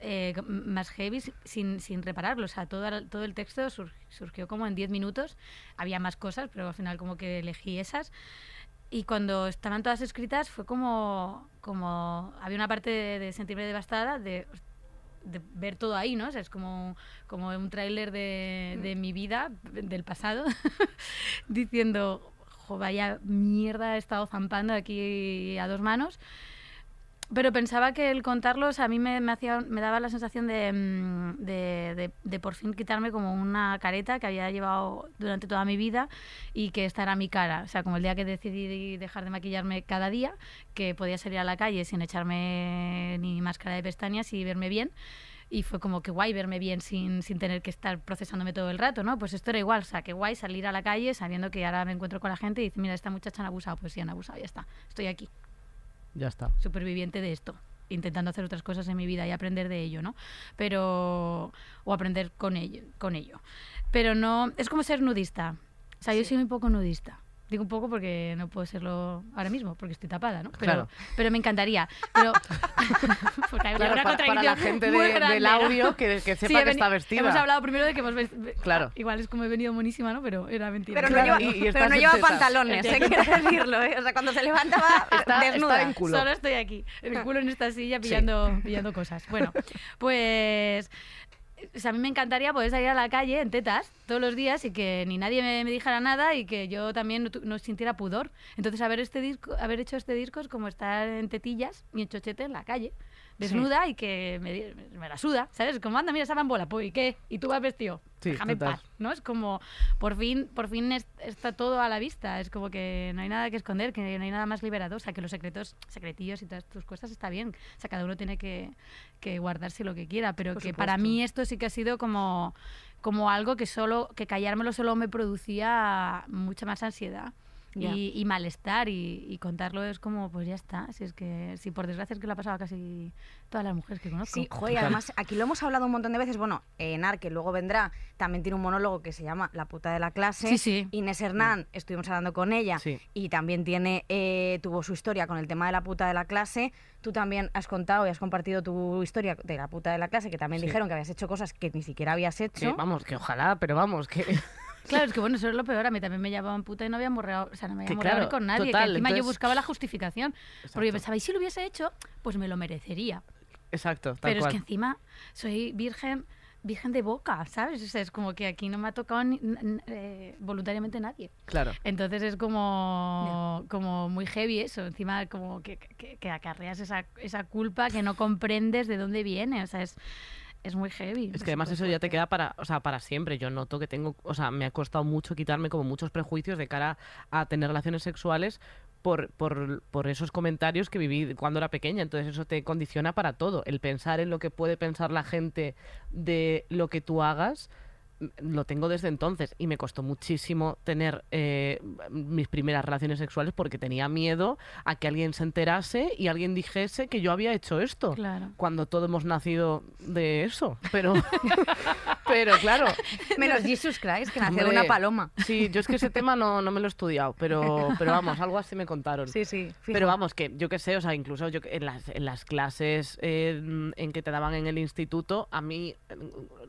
S4: eh, m- más heavy si- sin, sin repararlo. O sea, todo, el- todo el texto sur- surgió como en 10 minutos. Había más cosas, pero al final como que elegí esas. Y cuando estaban todas escritas fue como, como había una parte de, de sentirme devastada de, de ver todo ahí, ¿no? O sea, es como, como un tráiler de, de mi vida, del pasado, diciendo, jo, vaya mierda, he estado zampando aquí a dos manos. Pero pensaba que el contarlos a mí me, me hacía, me daba la sensación de, mm, de, de- de por fin quitarme como una careta que había llevado durante toda mi vida y que esta era mi cara. O sea, como el día que decidí dejar de maquillarme cada día, que podía salir a la calle sin echarme ni máscara de pestañas y verme bien. Y fue como que guay verme bien sin, sin tener que estar procesándome todo el rato, ¿no? Pues esto era igual, o sea, que guay salir a la calle sabiendo que ahora me encuentro con la gente y dice, mira, esta muchacha han abusado, pues sí, han abusado, ya está, estoy aquí
S2: Ya está.
S4: superviviente de esto, intentando hacer otras cosas en mi vida y aprender de ello, ¿no? Pero o aprender con ello, con ello. Pero no, es como ser nudista. O sea, yo soy un poco nudista. Digo un poco porque no puedo serlo ahora mismo, porque estoy tapada, ¿no? Pero,
S2: Claro.
S4: pero me encantaría. Pero, porque hay
S2: Claro,
S4: una
S2: para, para la
S4: contradicción
S2: gente
S4: muy
S2: de-
S4: grande,
S2: del
S4: ¿no?
S2: audio que, que sepa
S4: Sí, he
S2: que
S4: veni-
S2: está vestida.
S4: Hemos hablado primero de que hemos vestido.
S2: Claro.
S4: Igual es como he venido monísima, ¿no? Pero era mentira.
S3: Pero
S2: Claro,
S3: no lleva,
S2: y- y
S3: pero
S2: estás
S3: no
S2: en
S3: lleva
S2: tetas.
S3: pantalones, eh, quiero decirlo. eh. O sea, cuando se levanta va
S2: Está- está
S3: desnuda.
S2: en culo.
S4: Solo estoy aquí, el culo en esta silla pillando, pillando cosas. Bueno, pues. o sea, a mí me encantaría poder salir a la calle en tetas todos los días y que ni nadie me, me dijera nada y que yo también no, tu- no sintiera pudor. Entonces, haber, este disco, haber hecho este disco es como estar en tetillas y en chochete en la calle, desnuda y que me, di- me la suda, ¿sabes? Como, anda, mira, esa bola, pues, ¿y qué? ¿Y tú vas vestido?
S2: Sí,
S4: Déjame en
S2: total.
S4: paz, ¿no? Es como, por fin, por fin es- está todo a la vista. Es como que no hay nada que esconder, que no hay nada más liberado. O sea, que los secretos, secretillos y todas tus cosas está bien. O sea, cada uno tiene que, que guardarse lo que quiera. Pero
S3: Por
S4: que
S3: supuesto.
S4: para mí esto sí que ha sido como, como algo que solo, que callármelo solo me producía mucha más ansiedad.
S3: Ya.
S4: Y, y malestar y, y contarlo es como pues ya está si es que si por desgracia es que lo ha pasado a casi todas las mujeres que conozco
S3: Sí, joder, y
S2: Total.
S3: además aquí lo hemos hablado un montón de veces. Bueno, eh, Enar, que luego vendrá, también tiene un monólogo que se llama La puta de la clase.
S4: Sí, sí.
S3: Inés Hernán, estuvimos hablando con ella
S2: Sí.
S3: y también tiene eh, tuvo su historia con el tema de la puta de la clase. Tú también has contado y has compartido tu historia de la puta de la clase, que también
S2: Sí.
S3: dijeron que habías hecho cosas que ni siquiera habías
S2: Que,
S3: hecho.
S2: vamos, que ojalá, pero vamos, que
S4: Claro, es que bueno, eso es lo peor. A mí también me llamaban puta y no había morreado, o sea, no me había
S2: Que
S4: morreado
S2: claro,
S4: con nadie.
S2: total,
S4: que encima
S2: entonces-
S4: yo buscaba la justificación. Porque yo
S2: Exacto.
S4: pensaba, y si lo hubiese hecho, pues me lo merecería.
S2: Exacto, tal
S4: Pero
S2: cual.
S4: es que encima soy virgen, virgen de boca, ¿sabes? O sea, es como que aquí no me ha tocado ni- n- n- eh, voluntariamente nadie.
S2: Claro.
S4: Entonces es como, como muy heavy eso, encima como que, que- que acarreas esa, esa culpa que no comprendes de dónde viene, o sea, es, es muy heavy.
S2: Es que además eso ya te queda para, o sea, para siempre. Yo noto que tengo, o sea, me ha costado mucho quitarme como muchos prejuicios de cara a tener relaciones sexuales por, por, por esos comentarios que viví cuando era pequeña. Entonces eso te condiciona para todo. El pensar en lo que puede pensar la gente de lo que tú hagas m- lo tengo desde entonces y me costó muchísimo tener eh, mis primeras relaciones sexuales porque tenía miedo a que alguien se enterase y alguien dijese que yo había hecho esto
S4: Claro.
S2: cuando todos hemos nacido de eso, pero pero claro.
S3: Menos Jesus Christ, que nació de
S2: hombre,
S3: una paloma.
S2: Sí, yo es que ese tema no, no me lo he estudiado, pero, pero vamos, algo así me contaron.
S3: sí.
S2: Pero vamos, que yo qué sé, o sea, incluso yo que- en, las, en las clases eh, en en que te daban en el instituto, a mí eh,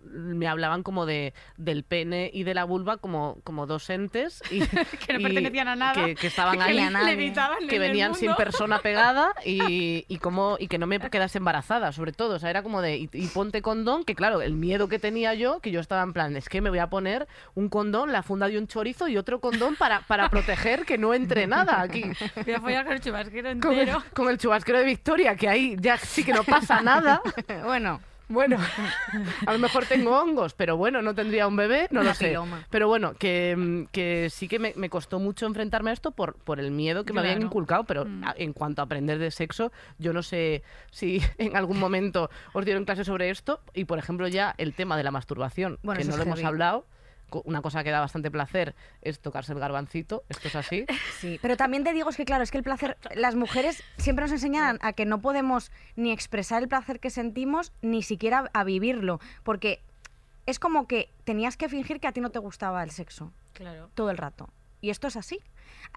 S2: me hablaban como de del pene y de la vulva como, como dos entes y,
S4: Que no
S2: y
S4: pertenecían a nada.
S2: Que, que estaban
S3: Que
S2: ahí
S3: le- nadie. levitaban
S2: que venían sin persona pegada y, y como y que no me quedas embarazada sobre todo o sea era como de y, y ponte condón que claro el miedo que tenía yo que yo estaba en plan es que me voy a poner un condón la funda de un chorizo y otro condón para para proteger que no entre nada aquí
S4: Voy a follar con el chubasquero
S2: con el,
S4: entero.
S2: con el chubasquero de Victoria que ahí ya sí que no pasa nada
S3: Bueno,
S2: bueno, a lo mejor tengo hongos, pero bueno, no tendría un bebé, no lo
S3: Una
S2: sé.
S3: piloma.
S2: Pero bueno, que, mm, que sí que me, me costó mucho enfrentarme a esto por, por el miedo que me habían
S4: Claro.
S2: inculcado, pero
S3: Mm.
S2: a- en cuanto a aprender de sexo, yo no sé si en algún momento os dieron clase sobre esto y, por ejemplo, ya el tema de la masturbación,
S3: Bueno,
S2: que
S3: eso
S2: no
S3: es
S2: lo hemos
S3: heavy.
S2: hablado. co- Una cosa que da bastante placer es tocarse el garbancito, esto es así.
S3: sí. Pero también te digo es que, claro, es que el placer. Las mujeres siempre nos enseñan a que no podemos ni expresar el placer que sentimos, ni siquiera a vivirlo. Porque es como que tenías que fingir que a ti no te gustaba el sexo
S4: Claro.
S3: todo el rato. Y esto es así.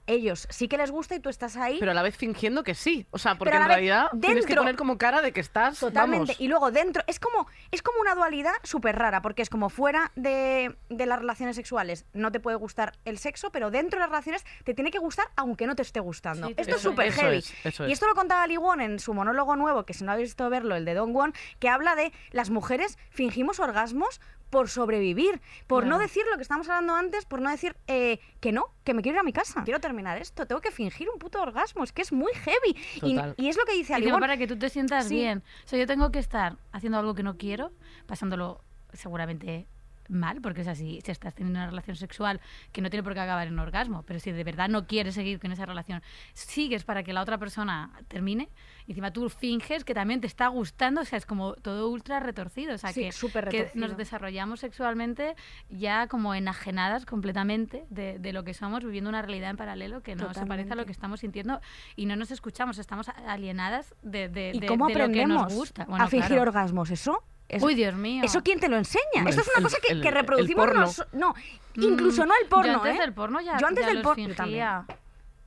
S3: Ellos sí que les gusta y tú estás ahí.
S2: Pero a la vez fingiendo que sí. O sea, porque
S3: Pero a
S2: en
S3: la vez
S2: realidad tienes que
S3: dentro-
S2: poner como cara de que estás.
S3: Totalmente.
S2: vamos,
S3: Y luego dentro, es como, es como una dualidad súper rara, porque es como fuera de, de las relaciones sexuales no te puede gustar el sexo, pero dentro de las relaciones te tiene que gustar aunque no te esté gustando.
S4: Sí,
S3: esto es
S4: eso
S3: súper
S2: es,
S3: heavy.
S2: eso es, eso
S3: Y
S2: es.
S3: esto lo contaba Lee Won en su monólogo nuevo, que si no habéis visto verlo, el de Don Won, que habla de las mujeres fingimos orgasmos por sobrevivir, por no
S4: Claro.
S3: decir lo que estábamos hablando antes, por no decir eh, que no, que me quiero ir a mi casa, quiero terminar esto, tengo que fingir un puto orgasmo, es que es muy heavy. Y,
S2: Total.
S3: y es lo que dice Ali
S4: Encima
S3: Won.
S4: para que tú te sientas
S3: Sí.
S4: bien. O sea, yo tengo que estar haciendo algo que no quiero, pasándolo seguramente mal, porque es así, si estás teniendo una relación sexual que no tiene por qué acabar en orgasmo, pero si de verdad no quieres seguir con esa relación, sigues para que la otra persona termine, y encima tú finges que también te está gustando, o sea, es como todo ultra retorcido, o sea,
S3: Sí,
S4: que,
S3: súper
S4: que
S3: retorcido.
S4: nos desarrollamos sexualmente ya como enajenadas completamente de, de lo que somos, viviendo una realidad en paralelo que no se parece a lo
S3: Totalmente.
S4: que estamos sintiendo y no nos escuchamos, estamos alienadas de, de,
S3: ¿Y
S4: de-
S3: cómo
S4: de lo que
S3: aprendemos
S4: nos gusta.
S3: a fingir
S4: claro.
S3: orgasmos? ¿Eso? Es-
S4: Uy, Dios mío.
S3: ¿Eso quién te lo enseña?
S2: Hombre,
S3: Esto es una
S2: el-
S3: cosa que,
S2: el-
S3: que
S2: el
S3: reproducimos
S2: porno.
S3: nos- No, incluso no el porno,
S4: Mm, Yo antes
S3: ¿eh?
S4: del porno ya,
S3: Yo antes
S4: ya
S3: del
S4: los
S3: por- yo también.
S4: fingía.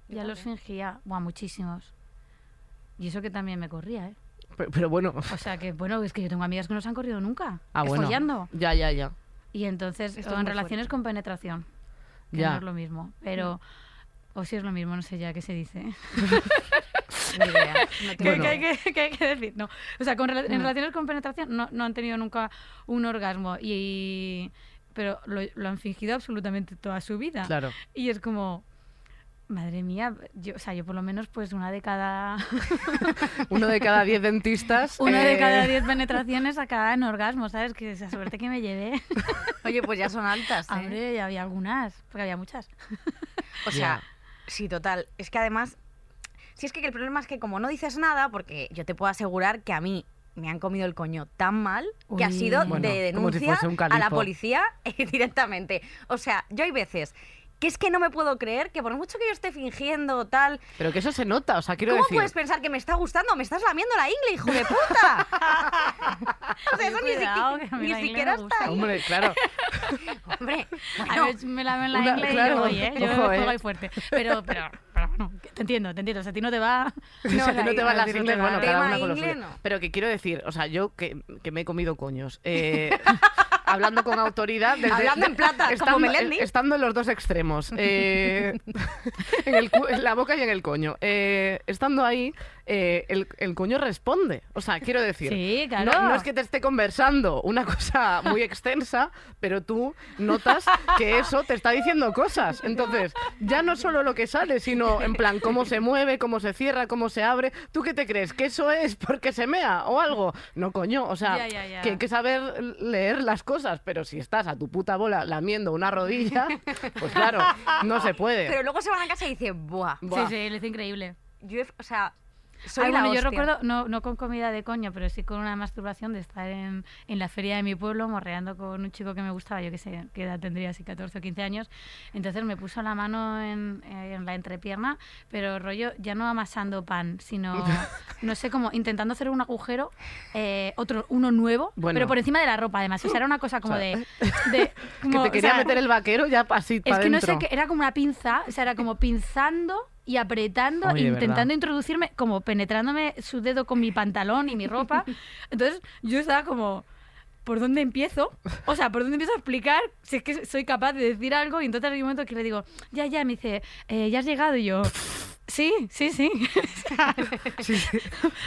S4: Ya los fingía. Buah, muchísimos. Y eso que también me corría, ¿eh?
S2: pero- pero bueno,
S4: O sea que, bueno, es que yo tengo amigas que no se han corrido nunca.
S2: Ah,
S4: eh,
S2: bueno.
S4: Follando.
S2: Ya, ya, ya.
S4: Y entonces,
S3: Esto
S4: o
S3: es
S4: en
S3: muy
S4: relaciones con penetración. Que
S2: Ya.
S4: no es lo mismo. Pero. O si es lo mismo, no sé ya qué se dice.
S3: Ni idea, no
S4: ¿Qué,
S3: tengo
S2: Bueno.
S3: ni
S4: qué-
S3: idea.
S4: qué- qué hay que decir? No. O sea, con rela- en relaciones con penetración no, no han tenido nunca un orgasmo. Y, pero lo, lo han fingido absolutamente toda su vida.
S2: Claro.
S4: Y es como. Madre mía, yo, o sea, yo por lo menos pues una de cada
S2: Uno de cada diez dentistas.
S4: una
S2: eh,
S4: de cada diez penetraciones acaba en orgasmo, ¿sabes? Que esa suerte que me llevé.
S3: Oye, pues ya son altas, ¿eh?
S4: Hombre, ya había algunas, porque había muchas.
S3: O sea,
S2: Ya.
S3: sí, total. Es que además, si es que el problema es que como no dices nada, porque yo te puedo asegurar que a mí me han comido el coño tan mal que ha
S4: Uy.
S3: sido
S4: Bueno,
S3: de
S2: como si fuese
S3: denuncia
S2: un
S3: a la
S2: calipo.
S3: policía eh, directamente. O sea, yo hay veces que es que no me puedo creer que por mucho que yo esté fingiendo tal,
S2: Pero que eso se nota, o sea, quiero
S3: ¿Cómo
S2: decir.
S3: puedes pensar que me está gustando? Me estás lamiendo la ingle, hijo de puta. o sea,
S4: Oye,
S3: eso ni,
S4: cuidado,
S3: siqui-
S4: que a mí
S3: ni
S4: la ingle
S3: siquiera
S4: me
S3: está
S4: gusta.
S3: ahí.
S2: Hombre, claro.
S3: Hombre,
S4: A
S3: bueno,
S4: ver, me la en la
S2: Una-
S4: ingle
S2: claro,
S4: y yo voy, ¿eh? Yo
S2: ojo,
S4: me juego
S2: ¿eh?
S4: ahí fuerte. Pero, pero, pero bueno, que te entiendo, te entiendo. O sea, a ti no te va...
S2: No, no
S3: la
S2: te
S3: ingle,
S2: van las
S3: no te
S2: ingles,
S3: va.
S2: bueno, cada
S3: Tema
S2: una con los
S3: ingle,
S2: suyos.
S3: no.
S2: Pero que quiero decir, o sea, yo que, que me he comido coños. eh, hablando con autoridad. desde-
S3: Hablando en plata, como
S2: estando,
S3: Melendi.
S2: eh, estando en los dos extremos. eh, en, el cu- en la boca y en el coño. Eh, estando ahí, eh, el, el coño responde. O sea, quiero decir.
S4: Sí, claro.
S2: No, no es que te esté conversando una cosa muy extensa, pero tú notas que eso te está diciendo cosas. Entonces, ya no solo lo que sale, sino en plan cómo se mueve, cómo se cierra, cómo se abre. ¿Tú qué te crees? ¿Que eso es porque se mea o algo? No, coño, o sea,
S4: Ya, ya, ya.
S2: que hay que saber leer las cosas, pero si estás a tu puta bola lamiendo una rodilla, pues claro, no se puede.
S3: Pero luego se van a casa y dicen, ¡buah!
S2: Buah.
S4: Sí, sí, lo hizo increíble.
S3: Yo, he- o sea, soy
S4: Ay,
S3: la
S4: bueno, yo
S3: hostia.
S4: recuerdo, no, no con comida de coño, pero sí con una masturbación de estar en, en la feria de mi pueblo morreando con un chico que me gustaba, yo que sé qué edad tendría, así 14 o 15 años. Entonces me puso la mano en, eh, en la entrepierna, pero rollo ya no amasando pan, sino, no sé cómo, intentando hacer un agujero, eh, otro, uno nuevo,
S2: Bueno.
S4: pero por encima de la ropa además. O sea, era una cosa como
S2: O sea,
S4: de... de-
S2: que
S4: como,
S2: te
S4: o
S2: quería
S4: sea,
S2: meter el vaquero ya así
S4: es
S2: pa'
S4: que no sé
S2: dentro.
S4: qué, era como una pinza, o sea, era como pinzando y apretando,
S2: Oye,
S4: intentando
S2: ¿verdad?
S4: introducirme, como penetrándome su dedo con mi pantalón y mi ropa. Entonces yo estaba como, ¿por dónde empiezo? O sea, ¿por dónde empiezo a explicar si es que soy capaz de decir algo? Y entonces hay un momento que le digo, ya, ya, me dice, "Eh, ¿ya has llegado? Y yo... Sí, sí, sí. O sea,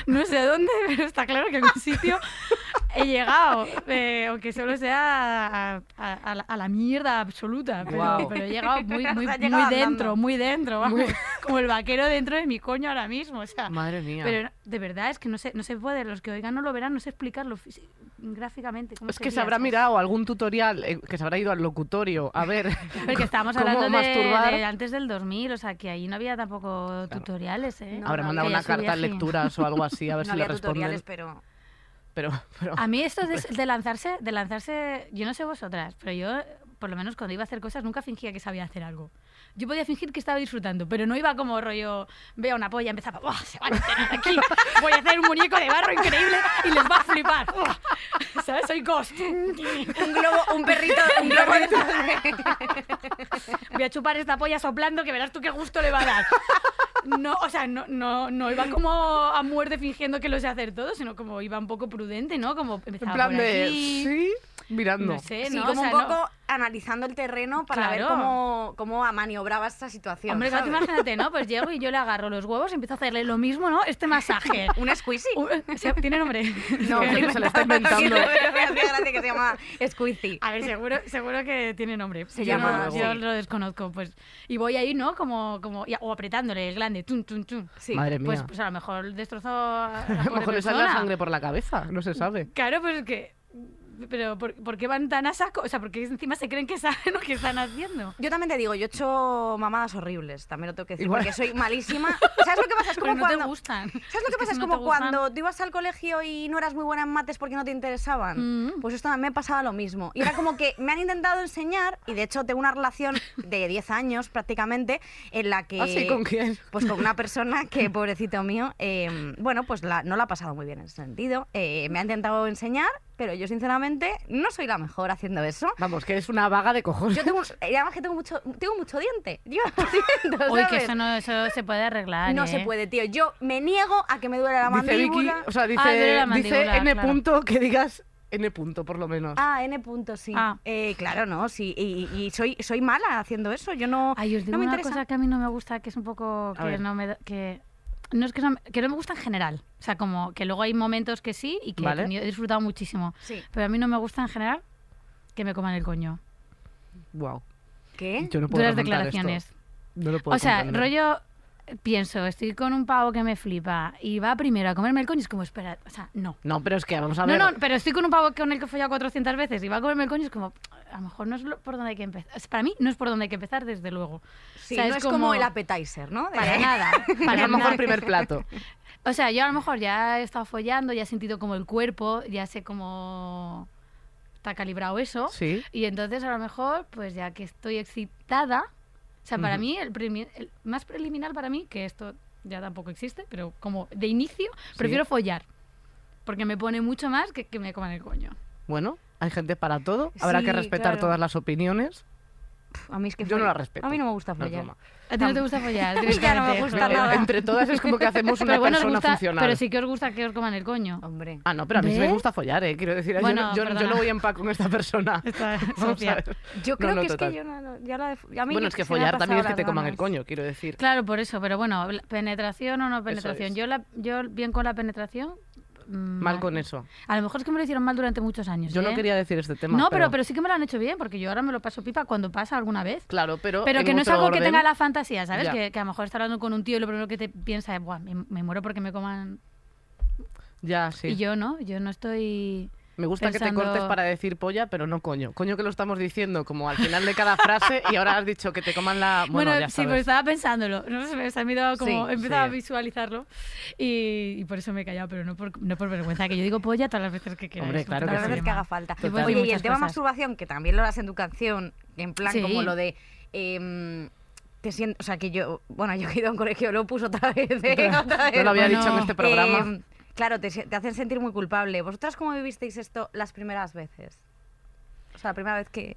S4: No sé a dónde, pero está claro que a algún sitio he llegado. eh, aunque solo sea a, a- a la, a la mierda absoluta. Pero,
S2: Guau.
S4: pero he llegado muy, muy,
S3: Has
S4: muy
S3: llegado andando.
S4: dentro, muy dentro. vamos, Como el vaquero dentro de mi coño ahora mismo. O sea,
S2: Madre mía.
S4: pero no- de verdad es que no se, no se puede. Los que oigan no lo verán, no sé explicarlo fisi- gráficamente. cómo
S2: es que se
S4: sería
S2: habrá
S4: eso.
S2: mirado algún tutorial, eh, que se habrá ido al locutorio a ver
S4: Porque estábamos
S2: cómo
S4: hablando de,
S2: masturbar.
S4: de antes del 2000, o sea, que ahí no había tampoco tutoriales, ¿eh?
S3: No,
S2: Habrá
S3: no,
S2: mandado
S4: que
S2: una
S4: ya subí
S2: carta en
S4: así.
S2: lecturas o algo así, a ver
S3: no
S2: si le
S3: había
S2: responden.
S3: tutoriales, pero...
S2: Pero, pero
S4: A mí esto de, de lanzarse, de lanzarse, yo no sé vosotras, pero yo, por lo menos cuando iba a hacer cosas, nunca fingía que sabía hacer algo. Yo podía fingir que estaba disfrutando, pero no iba como rollo, veo una polla, empezaba, "Buah, se van a enterar aquí, voy a hacer un muñeco de barro increíble y les va a flipar. Buah". ¿Sabes? Soy Ghost.
S3: Un globo, un perrito, un globo de
S4: Voy a chupar esta polla soplando que verás tú qué gusto le va a dar. No, o sea, no, no, no iba como a muerte fingiendo que lo sé hacer todo, sino como iba un poco prudente, ¿no? Como empezaba
S2: en plan
S4: por
S2: de
S4: ah, aquí,
S2: sí, mirando.
S4: No sé,
S3: Sí,
S4: Eh, ¿no? O
S3: como un
S4: sea, no-
S3: poco manizando el terreno para ver
S4: Claro.
S3: cómo, cómo maniobraba esta situación.
S4: Hombre, claro, tú
S3: ¿sabes?
S4: imagínate, ¿no? Pues llego y yo le agarro los huevos y empiezo a hacerle lo mismo, ¿no? Este masaje.
S3: Un squeezy.
S4: Un- se- Tiene nombre.
S2: No, creo que se la está
S3: Sí,
S2: inventando.
S3: me hacía gracia que se llama squeezy.
S4: A ver, seguro, seguro que tiene nombre.
S3: Se
S4: Yo
S2: llama
S4: no-
S2: algo.
S4: Yo lo desconozco, pues. Y voy ahí, ¿no? Como, como y- o apretándole el glande, tum, tum, tum.
S3: Sí.
S2: Madre mía.
S4: Pues, pues a lo mejor destrozo
S2: a
S4: a la
S2: lo
S4: pobre
S2: mejor le sale la
S4: persona.
S2: sangre por la cabeza, no se sabe.
S4: Claro, pues es que. Pero ¿por, por qué van tan a saco? O sea, porque encima se creen que saben lo que están haciendo.
S3: Yo también te digo, yo he hecho mamadas horribles, también lo tengo que decir,
S2: Igual.
S3: porque soy malísima. ¿Sabes lo que pasa? Es
S4: Pero
S3: como
S4: no te
S3: cuando...
S4: gustan.
S3: ¿Sabes lo que
S4: Es
S3: pasa?
S4: si
S3: es
S4: no te
S3: como
S4: gustan-
S3: cuando tú ibas al colegio y no eras muy buena en mates porque no te interesaban.
S4: Mm.
S3: Pues esto a mí me pasaba lo mismo. Y era como que me han intentado enseñar, y de hecho tengo una relación de 10 años prácticamente, en la
S4: Eh,
S3: que...
S2: ¿Ah, sí? ¿Con quién?
S3: Pues con una persona que, pobrecito mío, eh, bueno, pues la- no la ha pasado muy bien en ese sentido. Eh, me ha intentado enseñar, pero yo sinceramente no soy la mejor haciendo eso.
S2: Vamos, que eres una vaga de cojones.
S3: Yo tengo, un- y además que tengo mucho, tengo mucho diente. Yo lo siento,
S4: Uy, que
S3: ¿sabes?
S4: eso no eso se puede arreglar.
S3: No
S4: ¿eh?
S3: se puede, tío. Yo me niego a que me duele la
S2: Dice Vicky,
S3: mandíbula.
S2: o sea, dice,
S4: duele Ah, la
S2: dice
S4: mandíbula,
S2: N
S4: claro.
S2: punto que digas N punto, por lo menos.
S3: Ah, N punto, sí.
S4: Ah.
S3: Eh, claro, no, sí. Y, y- y soy, soy mala haciendo eso. Yo no,
S4: Ay, os digo
S3: no me
S4: una
S3: interesa.
S4: cosa que a mí no me gusta, que es un poco
S2: A
S4: que
S2: ver.
S4: no me da- que no es que no, me- que no me gusta en general, o sea, como que luego hay momentos que sí y que he
S2: Vale.
S4: tenido- he disfrutado muchísimo,
S3: Sí.
S4: pero a mí no me gusta en general que me coman el coño.
S2: Wow.
S3: ¿Qué?
S2: Yo no puedo
S4: Duras
S2: afrontar
S4: declaraciones.
S2: esto. No lo puedo
S4: o sea,
S2: comprender.
S4: rollo eh, pienso, estoy con un pavo que me flipa y va primero a comerme el coño, es como espera, o sea, no.
S2: No, pero es que vamos a
S4: No,
S2: ver.
S4: no, pero estoy con un pavo con el que he follado 400 veces y va a comerme el coño, es como a lo mejor no es lo- por donde hay que empezar. Para mí no es por donde hay que empezar desde luego.
S3: Sí,
S4: O sea,
S3: no es como... el appetizer, ¿no? De-
S4: para nada,
S2: Es
S4: para
S2: a lo mejor
S4: nada.
S2: el primer plato.
S4: O sea, yo a lo mejor ya he estado follando, ya he sentido como el cuerpo, ya sé cómo está calibrado eso.
S2: Sí.
S4: Y entonces a lo mejor, pues ya que estoy excitada, o sea, para
S2: Ujú.
S4: mí, el, primi- el más preliminar para mí, que esto ya tampoco existe, pero como de inicio, prefiero follar. Porque me pone mucho más que que me coman el coño.
S2: Bueno, hay gente para todo. Habrá
S3: Sí,
S2: que respetar
S3: claro.
S2: todas las opiniones.
S3: pf, a mí es que
S2: Yo no
S3: follar-
S2: la respeto.
S3: A mí no me gusta
S2: No es
S3: follar.
S2: broma.
S4: A ti no te gusta follar,
S3: mí ya no me
S4: directamente.
S3: gusta
S2: Pero
S3: nada.
S2: Entre todas es como que hacemos una
S4: Pero bueno, os
S2: persona
S4: gusta-
S2: funcional.
S4: Pero sí que os gusta que os coman el coño.
S3: Hombre.
S2: Ah, no, pero a mí sí me
S4: ¿Ves?
S2: gusta follar, ¿eh? Quiero decir, yo no-
S4: Bueno,
S2: yo, no- yo
S4: perdona.
S2: no voy en paz con esta persona.
S4: Está
S2: Vamos a
S4: Sofía.
S2: ver.
S3: Yo
S2: No,
S3: creo
S2: no,
S3: que
S2: total.
S3: es que yo no, ya la de- a mí
S2: Bueno,
S3: ya
S2: es que
S3: se me ha
S2: follar también es que
S3: pasado
S2: te
S3: las
S2: coman el
S3: ganas.
S2: coño, quiero decir.
S4: Claro, por eso, pero bueno, la- penetración o no penetración.
S2: es.
S4: Yo la, yo bien con la penetración. mm,
S2: Mal con eso.
S4: A lo mejor es que me lo hicieron mal durante muchos años.
S2: Yo no
S4: ¿eh?
S2: quería decir este tema.
S4: No, pero, pero sí que me lo han hecho bien, porque yo ahora me lo paso pipa cuando pasa alguna vez.
S2: Claro, pero.
S4: Pero
S2: en
S4: que no es
S2: otro
S4: algo que
S2: orden,
S4: tenga la fantasía, ¿sabes?
S2: Ya.
S4: Que, que a lo mejor está hablando con un tío y lo primero que te piensa es, Buah, me, me muero porque me coman.
S2: Ya, sí.
S4: Y yo no, yo no estoy.
S2: Me gusta que te
S4: pensando-
S2: cortes para decir polla, pero no coño. Coño que lo estamos diciendo como al final de cada frase y ahora has dicho que te coman la. Bueno,
S4: Bueno,
S2: ya
S4: sí,
S2: sabes.
S4: pues estaba pensándolo. No sé, se me ha ido como.
S2: Sí,
S4: he empezado
S2: sí.
S4: a visualizarlo y, y por eso me he callado, pero no por, no por vergüenza, que yo digo polla todas las veces que queráis.
S2: Hombre, claro
S4: todas
S2: que sí.
S3: Todas las
S4: las veces
S3: veces que haga falta.
S4: Te puedo
S3: Oye,
S4: decir
S3: y el
S4: muchas
S3: tema
S4: cosas.
S3: masturbación, que también lo das en tu canción, en plan
S4: Sí.
S3: como lo de... em, te siento, o sea, que yo, bueno, yo he ido a un colegio Lopus otra vez, ¿eh? Otra vez.
S2: No lo había
S4: Bueno,
S2: dicho en este programa.
S3: Em, claro, te, se- te hacen sentir muy culpable. ¿Vosotras cómo vivisteis esto las primeras veces? O sea, la primera vez que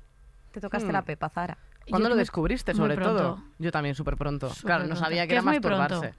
S3: te tocaste
S2: Hmm.
S3: la pepa, Zara.
S2: ¿Cuándo
S4: eh, Yo
S2: lo
S4: muy-
S2: descubriste,
S4: muy
S2: sobre
S4: pronto.
S2: todo? Yo también, súper pronto.
S4: Súper
S2: claro, no
S4: pronto.
S2: sabía que
S4: ¿Qué
S2: era
S4: es muy pronto?
S2: masturbarse.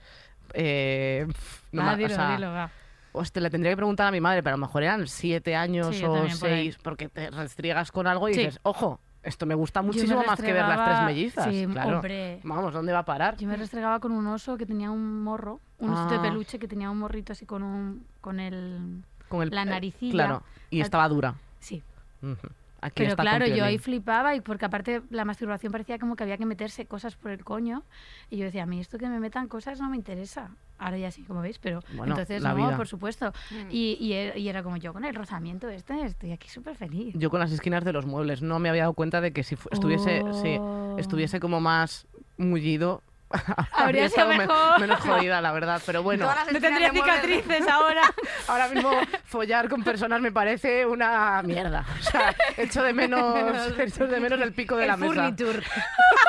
S2: Eh, pf, no
S4: Ah,
S2: ma- o
S4: dilo,
S2: sea,
S4: dilo, va.
S2: hostia, le tendría que preguntar a mi madre, pero a lo mejor eran siete años
S4: Sí, yo
S2: o
S4: también por ahí.
S2: seis, porque te restriegas con algo y
S4: Sí.
S2: dices, ojo, esto me gusta
S4: me
S2: muchísimo más que ver las tres
S4: restregaba-
S2: mellizas.
S4: sí,
S2: claro.
S4: hombre.
S2: Vamos, ¿dónde va a parar?
S4: Yo me restregaba con un oso que tenía un morro, un osito
S2: Ah.
S4: de peluche que tenía un morrito así con un con el
S2: Con el,
S4: la
S2: eh,
S4: naricilla.
S2: Claro, y
S4: La-
S2: estaba dura.
S4: sí.
S2: Ujú. Aquí
S4: Pero
S2: está con
S4: claro, yo ahí
S2: piolín.
S4: flipaba y porque aparte la masturbación parecía como que había que meterse cosas por el coño y yo decía, a mí esto que me metan cosas no me interesa. Ahora ya sí, como veis, pero
S2: Bueno,
S4: entonces
S2: la
S4: no,
S2: vida.
S4: por supuesto. Y, y era- y era como yo con el rozamiento este, estoy aquí súper feliz.
S2: Yo con las esquinas de los muebles no me había dado cuenta de que si fu- estuviese, sí,
S4: Oh.
S2: estuviese como más mullido,
S4: Habría sido
S2: estado men-
S4: mejor.
S2: menos jodida, la verdad. Pero bueno,
S3: Todas las esquinas de muebles-
S4: ahora.
S2: ahora mismo follar con personas me parece una mierda. O sea, echo de menos, echo de menos el pico de
S3: el
S2: la mesa.
S3: furniture.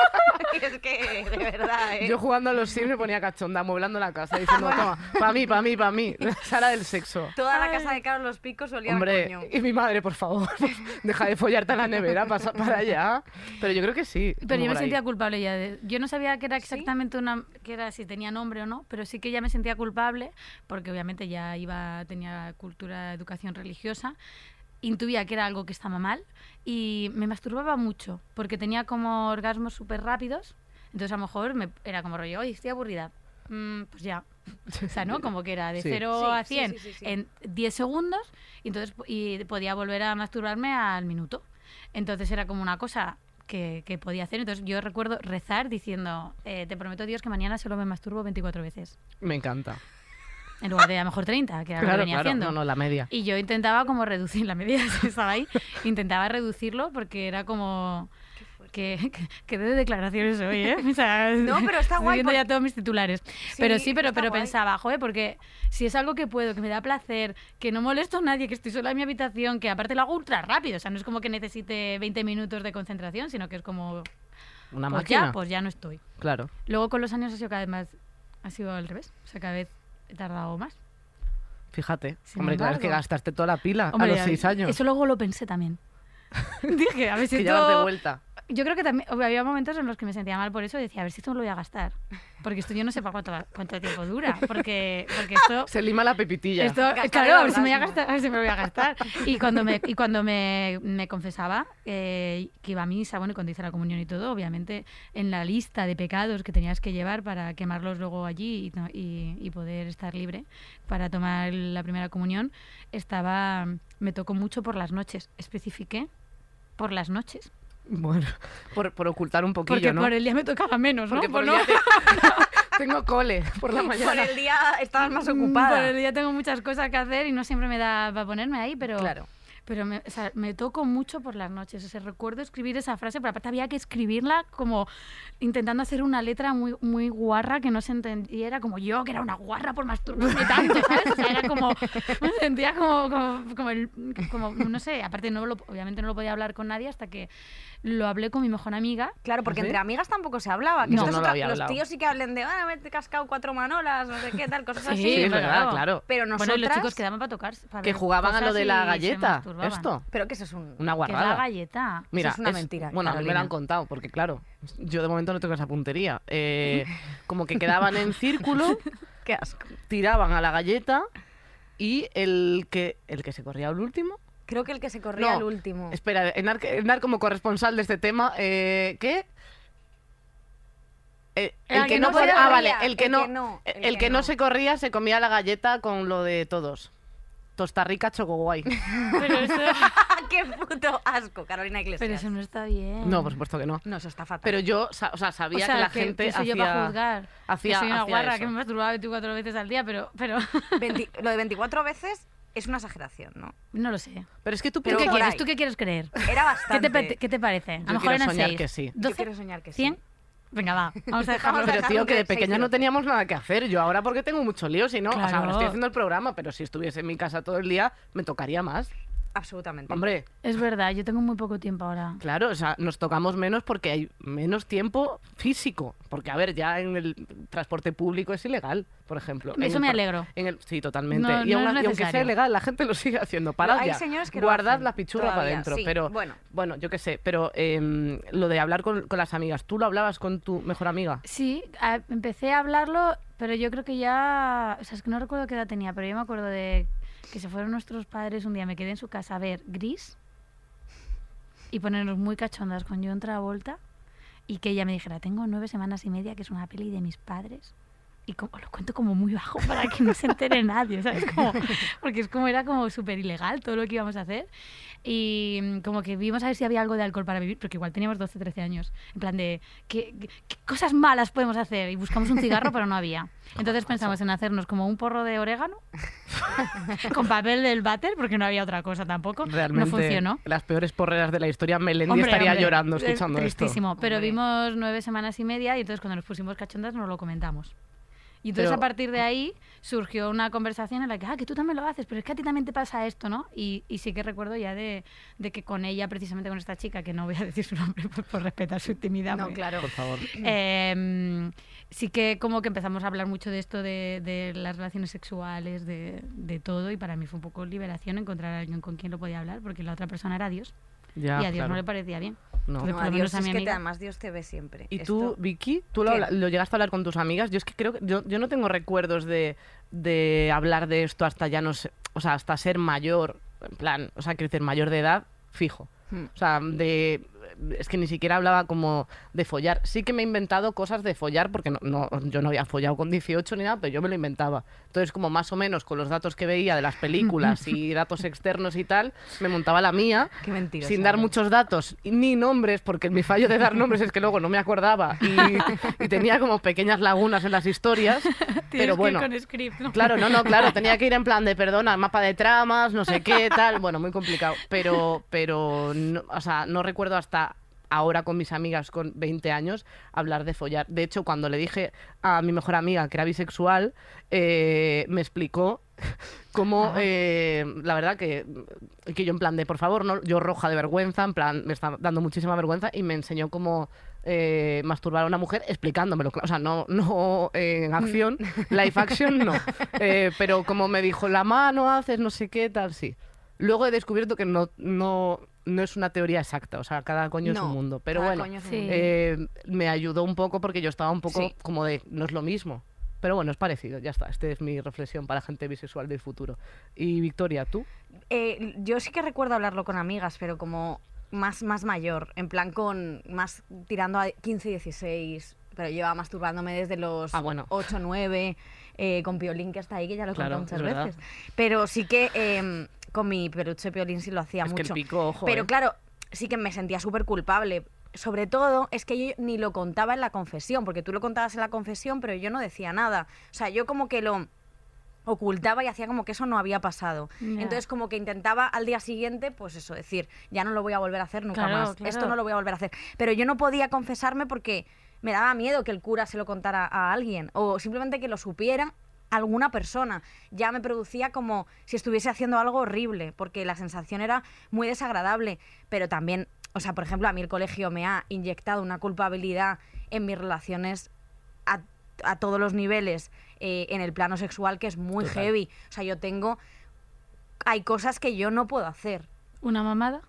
S3: es que, de verdad, ¿eh?
S2: Yo jugando a los Sims me ponía cachonda, mueblando la casa,
S4: Ah,
S2: diciendo, toma, pa' mí, pa' mí, pa' mí. Sala del sexo.
S3: Toda la casa de Carlos Los Picos olía a
S2: Hombre,
S3: coño.
S2: y mi madre, por favor, deja de follarte a la nevera, pasa para allá. Pero yo creo que sí.
S4: Pero
S2: como
S4: yo me
S2: por ahí.
S4: sentía culpable ya. de- yo no sabía que era exactamente una, que era si tenía nombre o no, pero sí que ya me sentía culpable porque obviamente ya iba tenía cultura, educación religiosa. Intuía que era algo que estaba mal y me masturbaba mucho porque tenía como orgasmos súper rápidos. Entonces a lo mejor me, era como rollo, oye, estoy aburrida. Mm, pues ya. O sea, ¿no? Como que era de
S2: Sí.
S4: 0
S3: Sí,
S4: a
S3: sí,
S4: 100
S3: sí, sí, sí.
S4: en 10 segundos y, entonces, y podía volver a masturbarme al minuto. Entonces era como una cosa que, que podía hacer. Entonces yo recuerdo rezar diciendo, eh, te prometo Dios que mañana solo me masturbo 24 veces.
S2: Me encanta.
S4: En lugar de a lo mejor 30, que era lo que
S2: Claro,
S4: venía
S2: claro.
S4: haciendo.
S2: No, no, la media.
S4: Y yo intentaba como reducir la medida, si estaba ahí, intentaba reducirlo porque era como... Que, que, que de declaraciones hoy, ¿eh? O sea,
S3: No, pero está
S4: estoy
S3: guay
S4: viendo ya
S3: porque-
S4: todos mis titulares. pero sí, pero,
S3: está
S4: pero
S3: guay.
S4: pensaba, joder, porque si es algo que puedo, que me da placer, que no molesto a nadie, que estoy sola en mi habitación, que aparte lo hago ultra rápido, o sea, no es como que necesite 20 minutos de concentración, sino que es como,
S2: Una
S4: pues
S2: máquina.
S4: ya, pues ya no estoy.
S2: Claro.
S4: Luego con los años ha sido cada vez más, ha sido al revés, o sea, cada vez he tardado más.
S2: Fíjate.
S4: Sin
S2: Hombre, claro, es que
S4: embargo.
S2: gastaste toda la pila a los
S4: ya-
S2: seis años.
S4: Eso luego lo pensé también. Dije, a ver si
S2: que
S4: esto...
S2: ya vas de vuelta.
S4: Yo creo que también ob- había momentos en los que me sentía mal por eso y decía, a ver si esto me lo voy a gastar. Porque esto yo no sé para cuánto, va- cuánto tiempo dura. Porque, porque esto...
S2: Se lima la pepitilla.
S4: esto-
S3: Gastar
S4: claro,
S3: el
S4: a ver si me voy a
S3: orgasmo.
S4: gastar. a ver si me lo voy a gastar. Y cuando me, y cuando me, me confesaba eh, que iba a misa, bueno, y cuando hice la comunión y todo, obviamente en la lista de pecados que tenías que llevar para quemarlos luego allí y, no- y- y poder estar libre para tomar la primera comunión, estaba... Me tocó mucho por las noches. Especifiqué por las noches.
S2: Bueno, por, por ocultar un poquillo,
S4: Porque
S2: ¿no?
S4: por el día me tocaba menos, ¿no?
S2: Porque por
S4: Pues
S2: el
S4: no.
S2: día te- tengo cole por la mañana.
S3: Por el día estabas más
S4: Mm,
S3: ocupada.
S4: Por el día tengo muchas cosas que hacer y no siempre me da para ponerme ahí, pero...
S3: Claro.
S4: Pero me, o sea, me toco mucho por las noches. O sea, recuerdo escribir esa frase, pero aparte había que escribirla como intentando hacer una letra muy, muy guarra que no se entendiera, como yo, que era una guarra por masturbarme tanto, ¿sabes? O sea, era como... Me sentía como... como, como el- como, no sé, aparte no lo, obviamente no lo podía hablar con nadie hasta que lo hablé con mi mejor amiga.
S3: Claro, porque
S2: ¿Ah, ¿Sí?
S3: entre amigas tampoco se hablaba. Que
S2: No,
S3: esto es
S2: no lo
S3: otra-
S2: había
S3: los
S2: hablado.
S3: tíos sí que hablan de, ah, me he cascado cuatro manolas, no sé qué, tal, cosas
S4: Sí,
S2: Sí,
S3: así.
S2: es verdad,
S4: claro.
S2: claro.
S3: Pero
S4: Bueno, y los
S3: nosotras-
S4: chicos quedaban para tocar. para
S2: Que
S4: ver
S2: jugaban a lo
S4: cosas
S2: de
S4: y
S2: la
S4: se
S2: galleta.
S4: llevaban.
S2: esto?
S3: Pero que eso es un...
S2: Una
S4: Que es la
S2: guarrada.
S4: galleta.
S2: Mira,
S3: es una mentira,
S2: Bueno, a mí me lo
S3: Carolina.
S2: han contado, porque claro, yo de momento no tengo esa puntería. Eh, como que quedaban en círculo,
S3: Qué asco.
S2: tiraban a la galleta y el que el que se corría al último.
S3: Creo que el que se corría
S2: No,
S3: al último.
S2: Espera, Enar, Enar como corresponsal de este tema, eh, ¿qué? Eh,
S4: El
S2: el,
S4: que
S2: que no,
S4: no se
S2: podía- ah,
S3: corría,
S2: vale, el que no, el, que, no.
S3: no.
S2: se corría se comía la galleta con lo de todos. Tosta Rica Chocoguay.
S4: Pero eso,
S3: Ah, ¡Qué puto asco, Carolina Iglesias!
S4: pero eso no está bien.
S2: No, por supuesto que no.
S3: No, eso está fatal.
S2: Pero yo, sa- o sea,
S4: O
S2: sabía
S4: sea,
S2: que la
S4: que,
S2: gente
S4: que soy
S2: hacía
S4: yo para juzgar.
S2: hacía-
S4: que soy una
S2: hacía
S4: guarra
S2: eso.
S4: que me masturbaba 24 veces al día, pero, pero
S3: Veinti- lo de 24 veces es una exageración, ¿no?
S4: no lo sé.
S2: Pero es que tú
S4: ¿Tú
S3: Pero
S4: qué
S2: piensas-
S3: por
S4: quieres?
S3: ahí.
S4: ¿Tú qué quieres creer?
S3: Era
S4: ¿Qué
S3: bastante.
S4: te, pare- qué te parece? A lo
S2: Yo
S4: mejor
S2: quiero
S4: eran
S2: soñar
S4: seis.
S2: que sí.
S3: Yo
S4: 12,
S3: quiero soñar que sí.
S4: ¿Cien? Venga, va. Vamos a dejarlo.
S3: Vamos a
S2: Pero tío, que de
S3: Seis
S2: pequeña no
S3: euros.
S2: teníamos nada que hacer. Yo ahora porque tengo mucho lío, si no, o sea, ahora
S4: Claro.
S2: estoy haciendo el programa, pero si estuviese en mi casa todo el día, me tocaría más.
S3: Absolutamente.
S2: Hombre,
S4: Es verdad, yo tengo muy poco tiempo ahora.
S2: claro, o sea, nos tocamos menos porque hay menos tiempo físico. Porque, a ver, ya en el transporte público es ilegal, por ejemplo. En
S4: Eso
S2: el
S4: me
S2: tra-
S4: alegro.
S2: en el- sí, totalmente.
S4: No,
S2: y,
S4: no
S2: aun- y
S4: es
S2: aunque sea
S4: necesario.
S2: ilegal, la gente lo sigue haciendo.
S3: Pero
S2: Parad
S3: hay
S2: ya.
S3: señores que lo
S2: Guardad
S3: hacen
S2: la pichurra para
S3: todavía,
S2: adentro.
S3: sí.
S2: Pero,
S3: Bueno.
S2: bueno, yo qué sé. Pero em, lo de hablar con, con las amigas, ¿tú lo hablabas con tu mejor amiga?
S4: Sí, a- empecé a hablarlo, pero yo creo que ya. O sea, es que no recuerdo qué edad tenía, pero yo me acuerdo de que se fueron nuestros padres un día, me quedé en su casa a ver gris y ponernos muy cachondas con John Travolta y que ella me dijera: Tengo nueve semanas y media, que es una peli de mis padres. Y como, lo cuento como muy bajo para que no se entere nadie, ¿sabes? Como- porque es como era como súper ilegal todo lo que íbamos a hacer. Y mm, como que vimos a ver si había algo de alcohol para vivir, porque igual teníamos 12, 13 años. En plan de, ¿qué, qué- qué cosas malas podemos hacer? Y buscamos un cigarro, pero no había. Entonces pensamos en hacernos como un porro de orégano con papel del váter, porque no había otra cosa tampoco.
S2: Realmente,
S4: No funcionó.
S2: las peores porreras de la historia, Melendi
S4: Hombre,
S2: estaría
S4: hombre,
S2: llorando
S4: es
S2: escuchando esto.
S4: tristísimo, pero
S3: Hombre.
S4: vimos nueve semanas y media y entonces cuando nos pusimos cachondas nos lo comentamos. Y entonces
S2: Pero-
S4: a partir de ahí surgió una conversación en la que, ah, que tú también lo haces, pero es que a ti también te pasa esto, ¿no? Y, y sí que recuerdo ya de, de que con ella, precisamente con esta chica, que no voy a decir su nombre por, por respetar su intimidad.
S3: No,
S4: porque-
S3: claro.
S2: Por favor.
S4: eh, sí que como que empezamos a hablar mucho de esto, de, de las relaciones sexuales, de, de todo, y para mí fue un poco liberación encontrar a alguien con quien lo podía hablar, porque la otra persona era Dios,
S2: Ya,
S4: y a Dios
S2: claro.
S4: no le parecía bien.
S2: No.
S4: pues Por
S3: No,
S4: lo
S3: a
S4: menos
S3: Dios
S4: a
S3: es
S4: mi
S3: que te,
S4: amiga.
S3: además Dios te ve siempre.
S2: ¿Y tú,
S3: Esto-
S2: Vicky, tú lo,
S3: ¿Qué?
S2: habla- lo llegaste a hablar con tus amigas? Yo es que creo que yo, yo no tengo recuerdos de, de hablar de esto hasta ya no sé, o sea, hasta ser mayor, en plan, o sea, quiero decir, mayor de edad, fijo.
S3: Hmm.
S2: O sea, de es que ni siquiera hablaba como de follar. Sí que me he inventado cosas de follar porque no, no- yo no había follado con 18 ni nada, pero yo me lo inventaba. Entonces, como más o menos con los datos que veía de las películas y datos externos y tal, me montaba la mía
S3: Qué mentira.
S2: sin dar muchos datos ni nombres, porque mi fallo de dar nombres es que luego no me acordaba y, y tenía como pequeñas lagunas en las historias. pero bueno,
S4: script,
S2: claro, no, no, claro, tenía que ir en plan de perdona, mapa de tramas, no sé qué, tal. Bueno, muy complicado. Pero, pero, no, o sea, no recuerdo hasta ahora con mis amigas con 20 años hablar de follar. De hecho, cuando le dije a mi mejor amiga que era bisexual, eh, me explicó como eh, la verdad que, que yo en plan de por favor no yo roja de vergüenza en plan me está dando muchísima vergüenza y me enseñó cómo eh, masturbar a una mujer explicándomelo cla- o sea no no eh, en acción live action no Eh, pero como me dijo la mano haces no sé qué tal sí luego he descubierto que no no no es una teoría exacta o sea cada coño es
S3: No,
S2: un mundo pero
S3: cada
S2: bueno
S3: coño es un
S4: Sí.
S3: mundo.
S2: eh, me ayudó un poco porque yo estaba un poco
S3: Sí.
S2: como de no es lo mismo. Pero bueno, es parecido, ya está. Esta es mi reflexión para la gente bisexual del futuro. Y Victoria, ¿tú?
S3: Eh, yo sí que recuerdo hablarlo con amigas, pero como más, más mayor, en plan con más tirando a 15, 16, pero llevaba masturbándome desde los
S2: Ah, bueno.
S3: 8, 9, eh, con Piolín que hasta ahí, que ya lo he
S2: Claro,
S3: contado
S2: es
S3: muchas
S2: verdad.
S3: veces. Pero sí que eh, con mi peluche Piolín sí lo hacía
S2: es
S3: mucho.
S2: que el pico, ojo.
S3: Pero
S2: eh.
S3: claro, sí que me sentía súper culpable. Sobre todo es que yo ni lo contaba en la confesión, porque tú lo contabas en la confesión, pero yo no decía nada. O sea, yo como que lo ocultaba y hacía como que eso no había pasado.
S4: Ya.
S3: Entonces como que intentaba al día siguiente, pues eso, decir, ya no lo voy a volver a hacer nunca
S4: Claro,
S3: más,
S4: claro.
S3: esto no lo voy a volver a hacer. Pero yo no podía confesarme porque me daba miedo que el cura se lo contara a alguien o simplemente que lo supiera alguna persona. Ya me producía como si estuviese haciendo algo horrible, porque la sensación era muy desagradable, pero también, o sea, por ejemplo, a mí el colegio me ha inyectado una culpabilidad en mis relaciones a, a todos los niveles eh, en el plano sexual que es muy
S2: Total.
S3: heavy. O sea, yo tengo hay cosas que yo no puedo hacer.
S4: una mamada.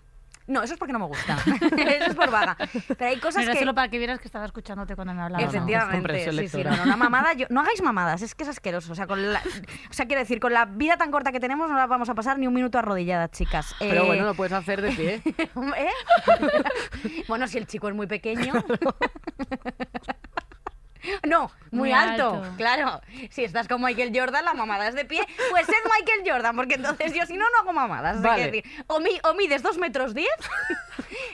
S3: No, eso es porque no me gusta. eso es por vaga. Pero hay cosas
S4: Era
S3: que...
S4: solo para que vieras que estaba escuchándote cuando me hablabas.
S2: Efectiva- es
S3: Efectivamente,
S2: comprensión
S3: sí, sí,
S2: lectora.
S3: no, no, una mamada, yo- no hagáis mamadas, es que es asqueroso. O sea, con la- o sea, quiero decir, con la vida tan corta que tenemos no la vamos a pasar ni un minuto arrodilladas, chicas.
S2: Pero
S3: Eh,
S2: bueno, lo puedes hacer de pie.
S3: ¿eh? bueno, si el chico es muy pequeño. No, muy,
S4: Muy
S3: alto,
S4: alto.
S3: claro. Si estás con Michael Jordan, la mamada es de pie. Pues sed Michael Jordan, porque entonces yo si no, no hago mamadas. O sea,
S2: Vale.
S3: quiero decir, o, mi- o mides 2 metros 10,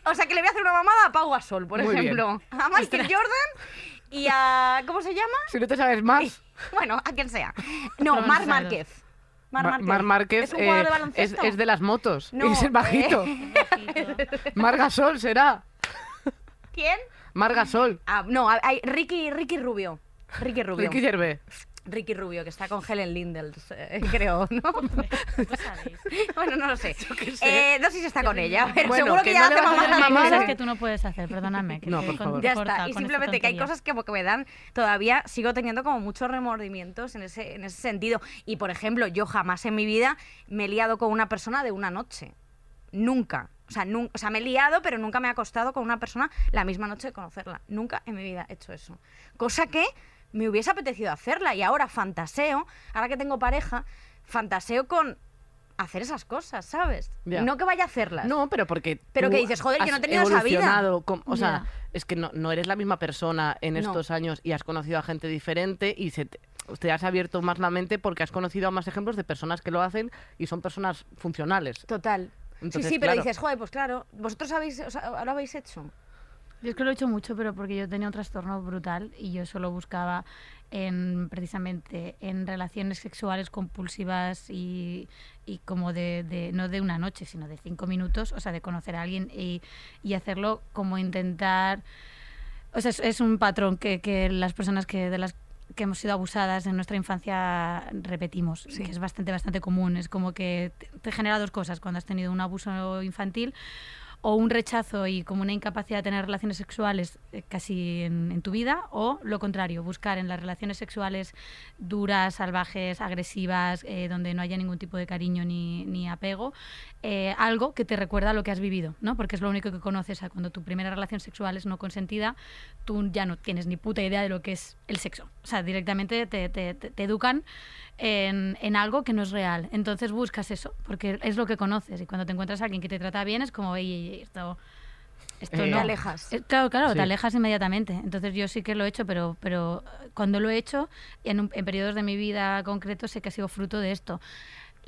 S3: o sea que le voy a hacer una mamada a Pau Gasol, por
S2: Muy bien.
S3: ejemplo. A Michael Jordan y a... ¿Cómo se llama?
S2: Si no te sabes más.
S3: Bueno, a quien sea. No,
S4: Provenzados.
S3: Mar Márquez.
S2: Ma- Mar Márquez
S3: ¿Es un
S2: eh,
S3: jugador de
S2: es-
S3: baloncesto?
S2: es de las motos.
S3: No, eh.
S2: y es el bajito.
S4: Efectivamente.
S2: Mar Gasol será.
S3: ¿Quién?
S2: Mar Gasol.
S3: Ah, no, hay Ricky, Ricky Rubio. Ricky Rubio.
S2: Ricky
S3: Ricky,
S2: Gervais.
S3: Rubio, que está con Helen Lindels, eh, creo, ¿no? bueno, no lo sé. Eh, no sé si está con ella, pero
S2: Bueno,
S3: seguro que,
S2: que no
S3: ya
S2: le
S3: hace
S2: vas a hacer
S3: mamadas.
S2: mamada.
S4: cosas que tú no puedes hacer, perdóname. que
S2: No,
S4: te
S2: por
S4: con-
S2: favor.
S3: Ya
S4: corta
S3: está, y
S4: con esta
S3: simplemente que hay
S4: tontería.
S3: cosas que, que me dan, todavía sigo teniendo como muchos remordimientos en ese, en ese sentido. Y por ejemplo, yo jamás en mi vida me he liado con una persona de una noche. Nunca. O sea, nun- o sea, me he liado, pero nunca me he acostado con una persona la misma noche de conocerla. Nunca en mi vida he hecho eso. Cosa que me hubiese apetecido hacerla y ahora fantaseo, ahora que tengo pareja, fantaseo con hacer esas cosas, ¿sabes?
S2: Ya.
S3: No que vaya a hacerlas.
S2: No, pero porque.
S3: Pero
S2: tú
S3: que dices, joder, yo
S2: has
S3: no he tenido esa vida.
S2: evolucionado com- o sea,
S4: Ya.
S2: es que no, no eres la misma persona en
S3: No.
S2: estos años y has conocido a gente diferente y se te, te has abierto más la mente porque has conocido a más ejemplos de personas que lo hacen y son personas funcionales.
S3: Total.
S2: Entonces,
S3: sí, sí, pero
S2: claro.
S3: dices, joder, pues claro, vosotros habéis, o sea, lo habéis hecho.
S4: Yo es que lo he hecho mucho, pero porque yo tenía un trastorno brutal y yo solo buscaba en precisamente en relaciones sexuales compulsivas y, y como de, de- no de una noche, sino de cinco minutos, o sea, de conocer a alguien y, y hacerlo como intentar... O sea, es, es un patrón que, que las personas que de las que hemos sido abusadas en nuestra infancia repetimos, que es bastante bastante común. Es como que te, te genera dos cosas cuando has tenido un abuso infantil o un rechazo y como una incapacidad de tener relaciones sexuales eh, casi en, en tu vida, o lo contrario, buscar en las relaciones sexuales duras, salvajes, agresivas, eh, donde no haya ningún tipo de cariño ni, ni apego, eh, algo que te recuerda a lo que has vivido, ¿no? Porque es lo único que conoces. a Cuando tu primera relación sexual es no consentida, tú ya no tienes ni puta idea de lo que es el sexo. O sea, directamente te, te- te- te educan en, en algo que no es real. Entonces buscas eso, porque es lo que conoces. Y cuando te encuentras a alguien que te trata bien, es como, "Ey, ey, ey, esto... Esto
S2: Eh,
S4: no.
S3: Te alejas.
S4: Eh, Claro, claro,
S2: Sí.
S4: te alejas inmediatamente. Entonces yo sí que lo he hecho, pero, pero eh, cuando lo he hecho, en, un- en periodos de mi vida concretos, sé que ha sido fruto de esto.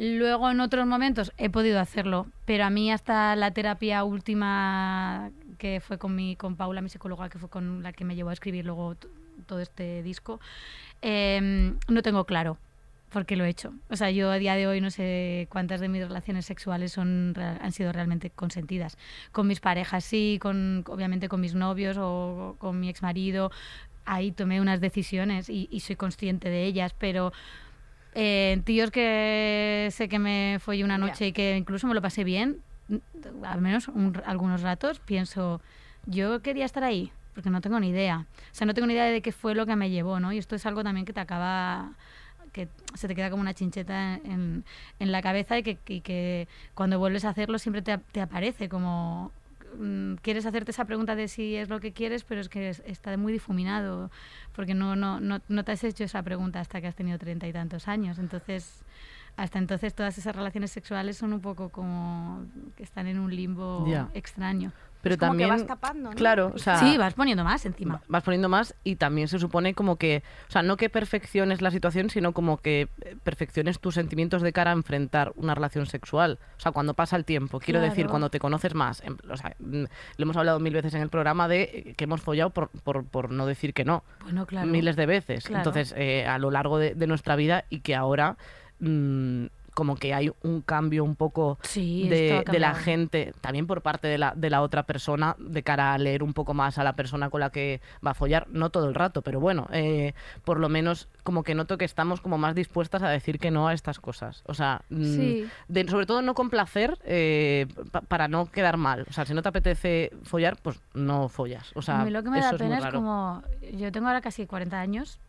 S4: Luego en otros momentos he podido hacerlo, pero a mí hasta la terapia última que fue con, mi, con Paula, mi psicóloga, que fue con la que me llevó a escribir luego t- todo este disco, eh, no tengo claro por qué lo he hecho. O sea, yo a día de hoy no sé cuántas de mis relaciones sexuales son, real- han sido realmente consentidas. Con mis parejas sí, con, obviamente con mis novios o con mi exmarido. Ahí tomé unas decisiones y, y soy consciente de ellas, pero... eh, en tíos que sé que me follé una
S3: Ya.
S4: noche y que incluso me lo pasé bien, n- al menos un- algunos ratos, pienso, yo quería estar ahí, porque no tengo ni idea. O sea, no tengo ni idea de qué fue lo que me llevó, ¿no? Y esto es algo también que te acaba que se te queda como una chincheta en, en la cabeza y que, y que cuando vuelves a hacerlo siempre te, te aparece como mm, quieres hacerte esa pregunta de si es lo que quieres pero es que es- está muy difuminado porque no no, no no te has hecho esa pregunta hasta que has tenido treinta y tantos años entonces hasta entonces todas esas relaciones sexuales son un poco como que están en un limbo
S2: Ya.
S4: extraño
S2: Pero
S3: Es como que
S2: también.
S3: vas tapando, ¿no?
S2: Claro, o sea.
S4: sí vas poniendo más encima
S2: va- vas poniendo más y también se supone como que, o sea, no que perfecciones la situación, sino como que eh, perfecciones tus sentimientos de cara a enfrentar una relación sexual. O sea, cuando pasa el tiempo, quiero decir,
S4: Claro.
S2: cuando te conoces más. en- o sea, mm, lo hemos hablado mil veces en el programa de eh, que hemos follado por, por, por no decir que no
S4: bueno claro
S2: miles de veces.
S4: Claro.
S2: Entonces, eh, a lo largo de, de nuestra vida y que ahora mm, como que hay un cambio un poco
S4: Sí,
S2: de,
S4: esto ha
S2: de la
S4: cambiado.
S2: gente, también por parte de la, de la otra persona, de cara a leer un poco más a la persona con la que va a follar, no todo el rato, pero bueno, eh, por lo menos como que noto que estamos como más dispuestas a decir que no a estas cosas. O sea, mm,
S4: Sí.
S2: de- sobre todo no complacer eh, pa- para no quedar mal. O sea, si no te apetece follar, pues no follas. O sea,
S4: a mí lo que me
S2: eso
S4: da
S2: es muy
S4: pena es,
S2: raro.
S4: como. Yo tengo ahora casi 40 años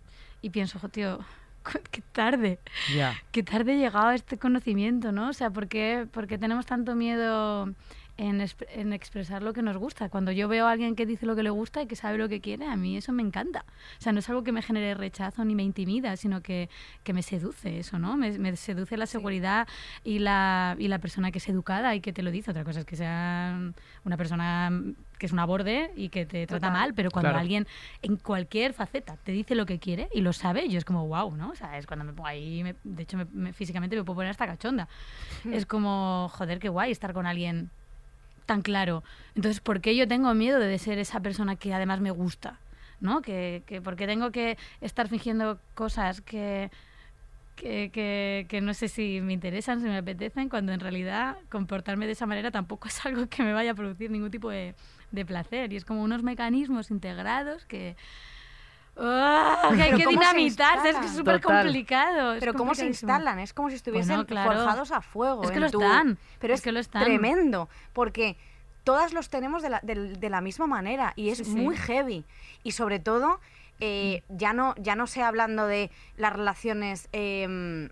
S4: y pienso, "Jo, tío, cu- qué tarde,
S2: Ya.
S4: qué tarde he llegado a este conocimiento, ¿no? O sea, ¿por qué, por qué tenemos tanto miedo en, exp- en expresar lo que nos gusta? Cuando yo veo a alguien que dice lo que le gusta y que sabe lo que quiere, a mí eso me encanta. O sea, no es algo que me genere rechazo ni me intimida, sino que, que me seduce eso, ¿no? Me, me seduce la seguridad y, la, y la persona que es educada y que te lo dice. Otra cosa es que sea una persona que es una borde y que te trata
S3: Total.
S4: mal, pero cuando
S2: Claro.
S4: alguien en cualquier faceta te dice lo que quiere y lo sabe, yo es como wow, ¿no? O sea, es cuando me pongo ahí, me- de hecho me- me- físicamente me puedo poner hasta cachonda. es como, joder, qué guay estar con alguien tan claro. Entonces, ¿por qué yo tengo miedo de ser esa persona que además me gusta? ¿No? Que, que ¿Por qué tengo que estar fingiendo cosas que, que, que- que no sé si me interesan, si me apetecen, cuando en realidad comportarme de esa manera tampoco es algo que me vaya a producir ningún tipo de, de placer? Y es como unos mecanismos integrados que... ¡Ah! que hay
S3: Pero
S4: que
S3: ¿cómo se
S4: dinamitar, es que es
S3: instalan?
S4: súper
S2: Total.
S4: complicado. es
S3: Pero cómo se
S4: complicadísimo.
S3: instalan, es como si estuviesen
S4: Bueno, claro.
S3: forjados a fuego.
S4: Es que
S3: en
S4: lo
S3: tu-
S4: están,
S3: Pero
S4: es
S3: es,
S4: que lo están.
S3: tremendo, porque todas los tenemos de la, del- de la misma manera y es
S4: Sí, sí.
S3: muy heavy. Y sobre todo, eh, ya, no, ya no sé hablando de las relaciones... em,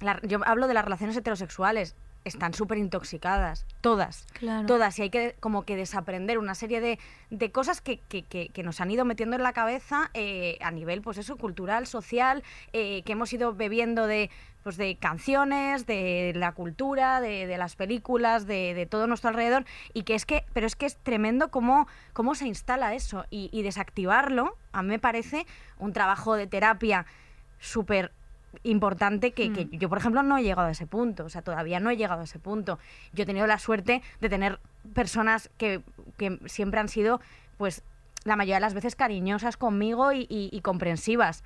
S3: la- yo hablo de las relaciones heterosexuales. Están súper intoxicadas, todas.
S4: Claro.
S3: Todas. Y hay que como que desaprender una serie de, de cosas que, que- que- que nos han ido metiendo en la cabeza eh, a nivel, pues eso, cultural, social, eh, que hemos ido bebiendo de, pues de canciones, de la cultura, de, de las películas, de, de todo nuestro alrededor. Y que es que, pero es que es tremendo cómo, cómo se instala eso. Y, y desactivarlo, a mí me parece un trabajo de terapia súper importante que, que yo, por ejemplo, no he llegado a ese punto. O sea, todavía no he llegado a ese punto. Yo he tenido la suerte de tener personas que, que siempre han sido, pues, la mayoría de las veces cariñosas conmigo y, y- y comprensivas.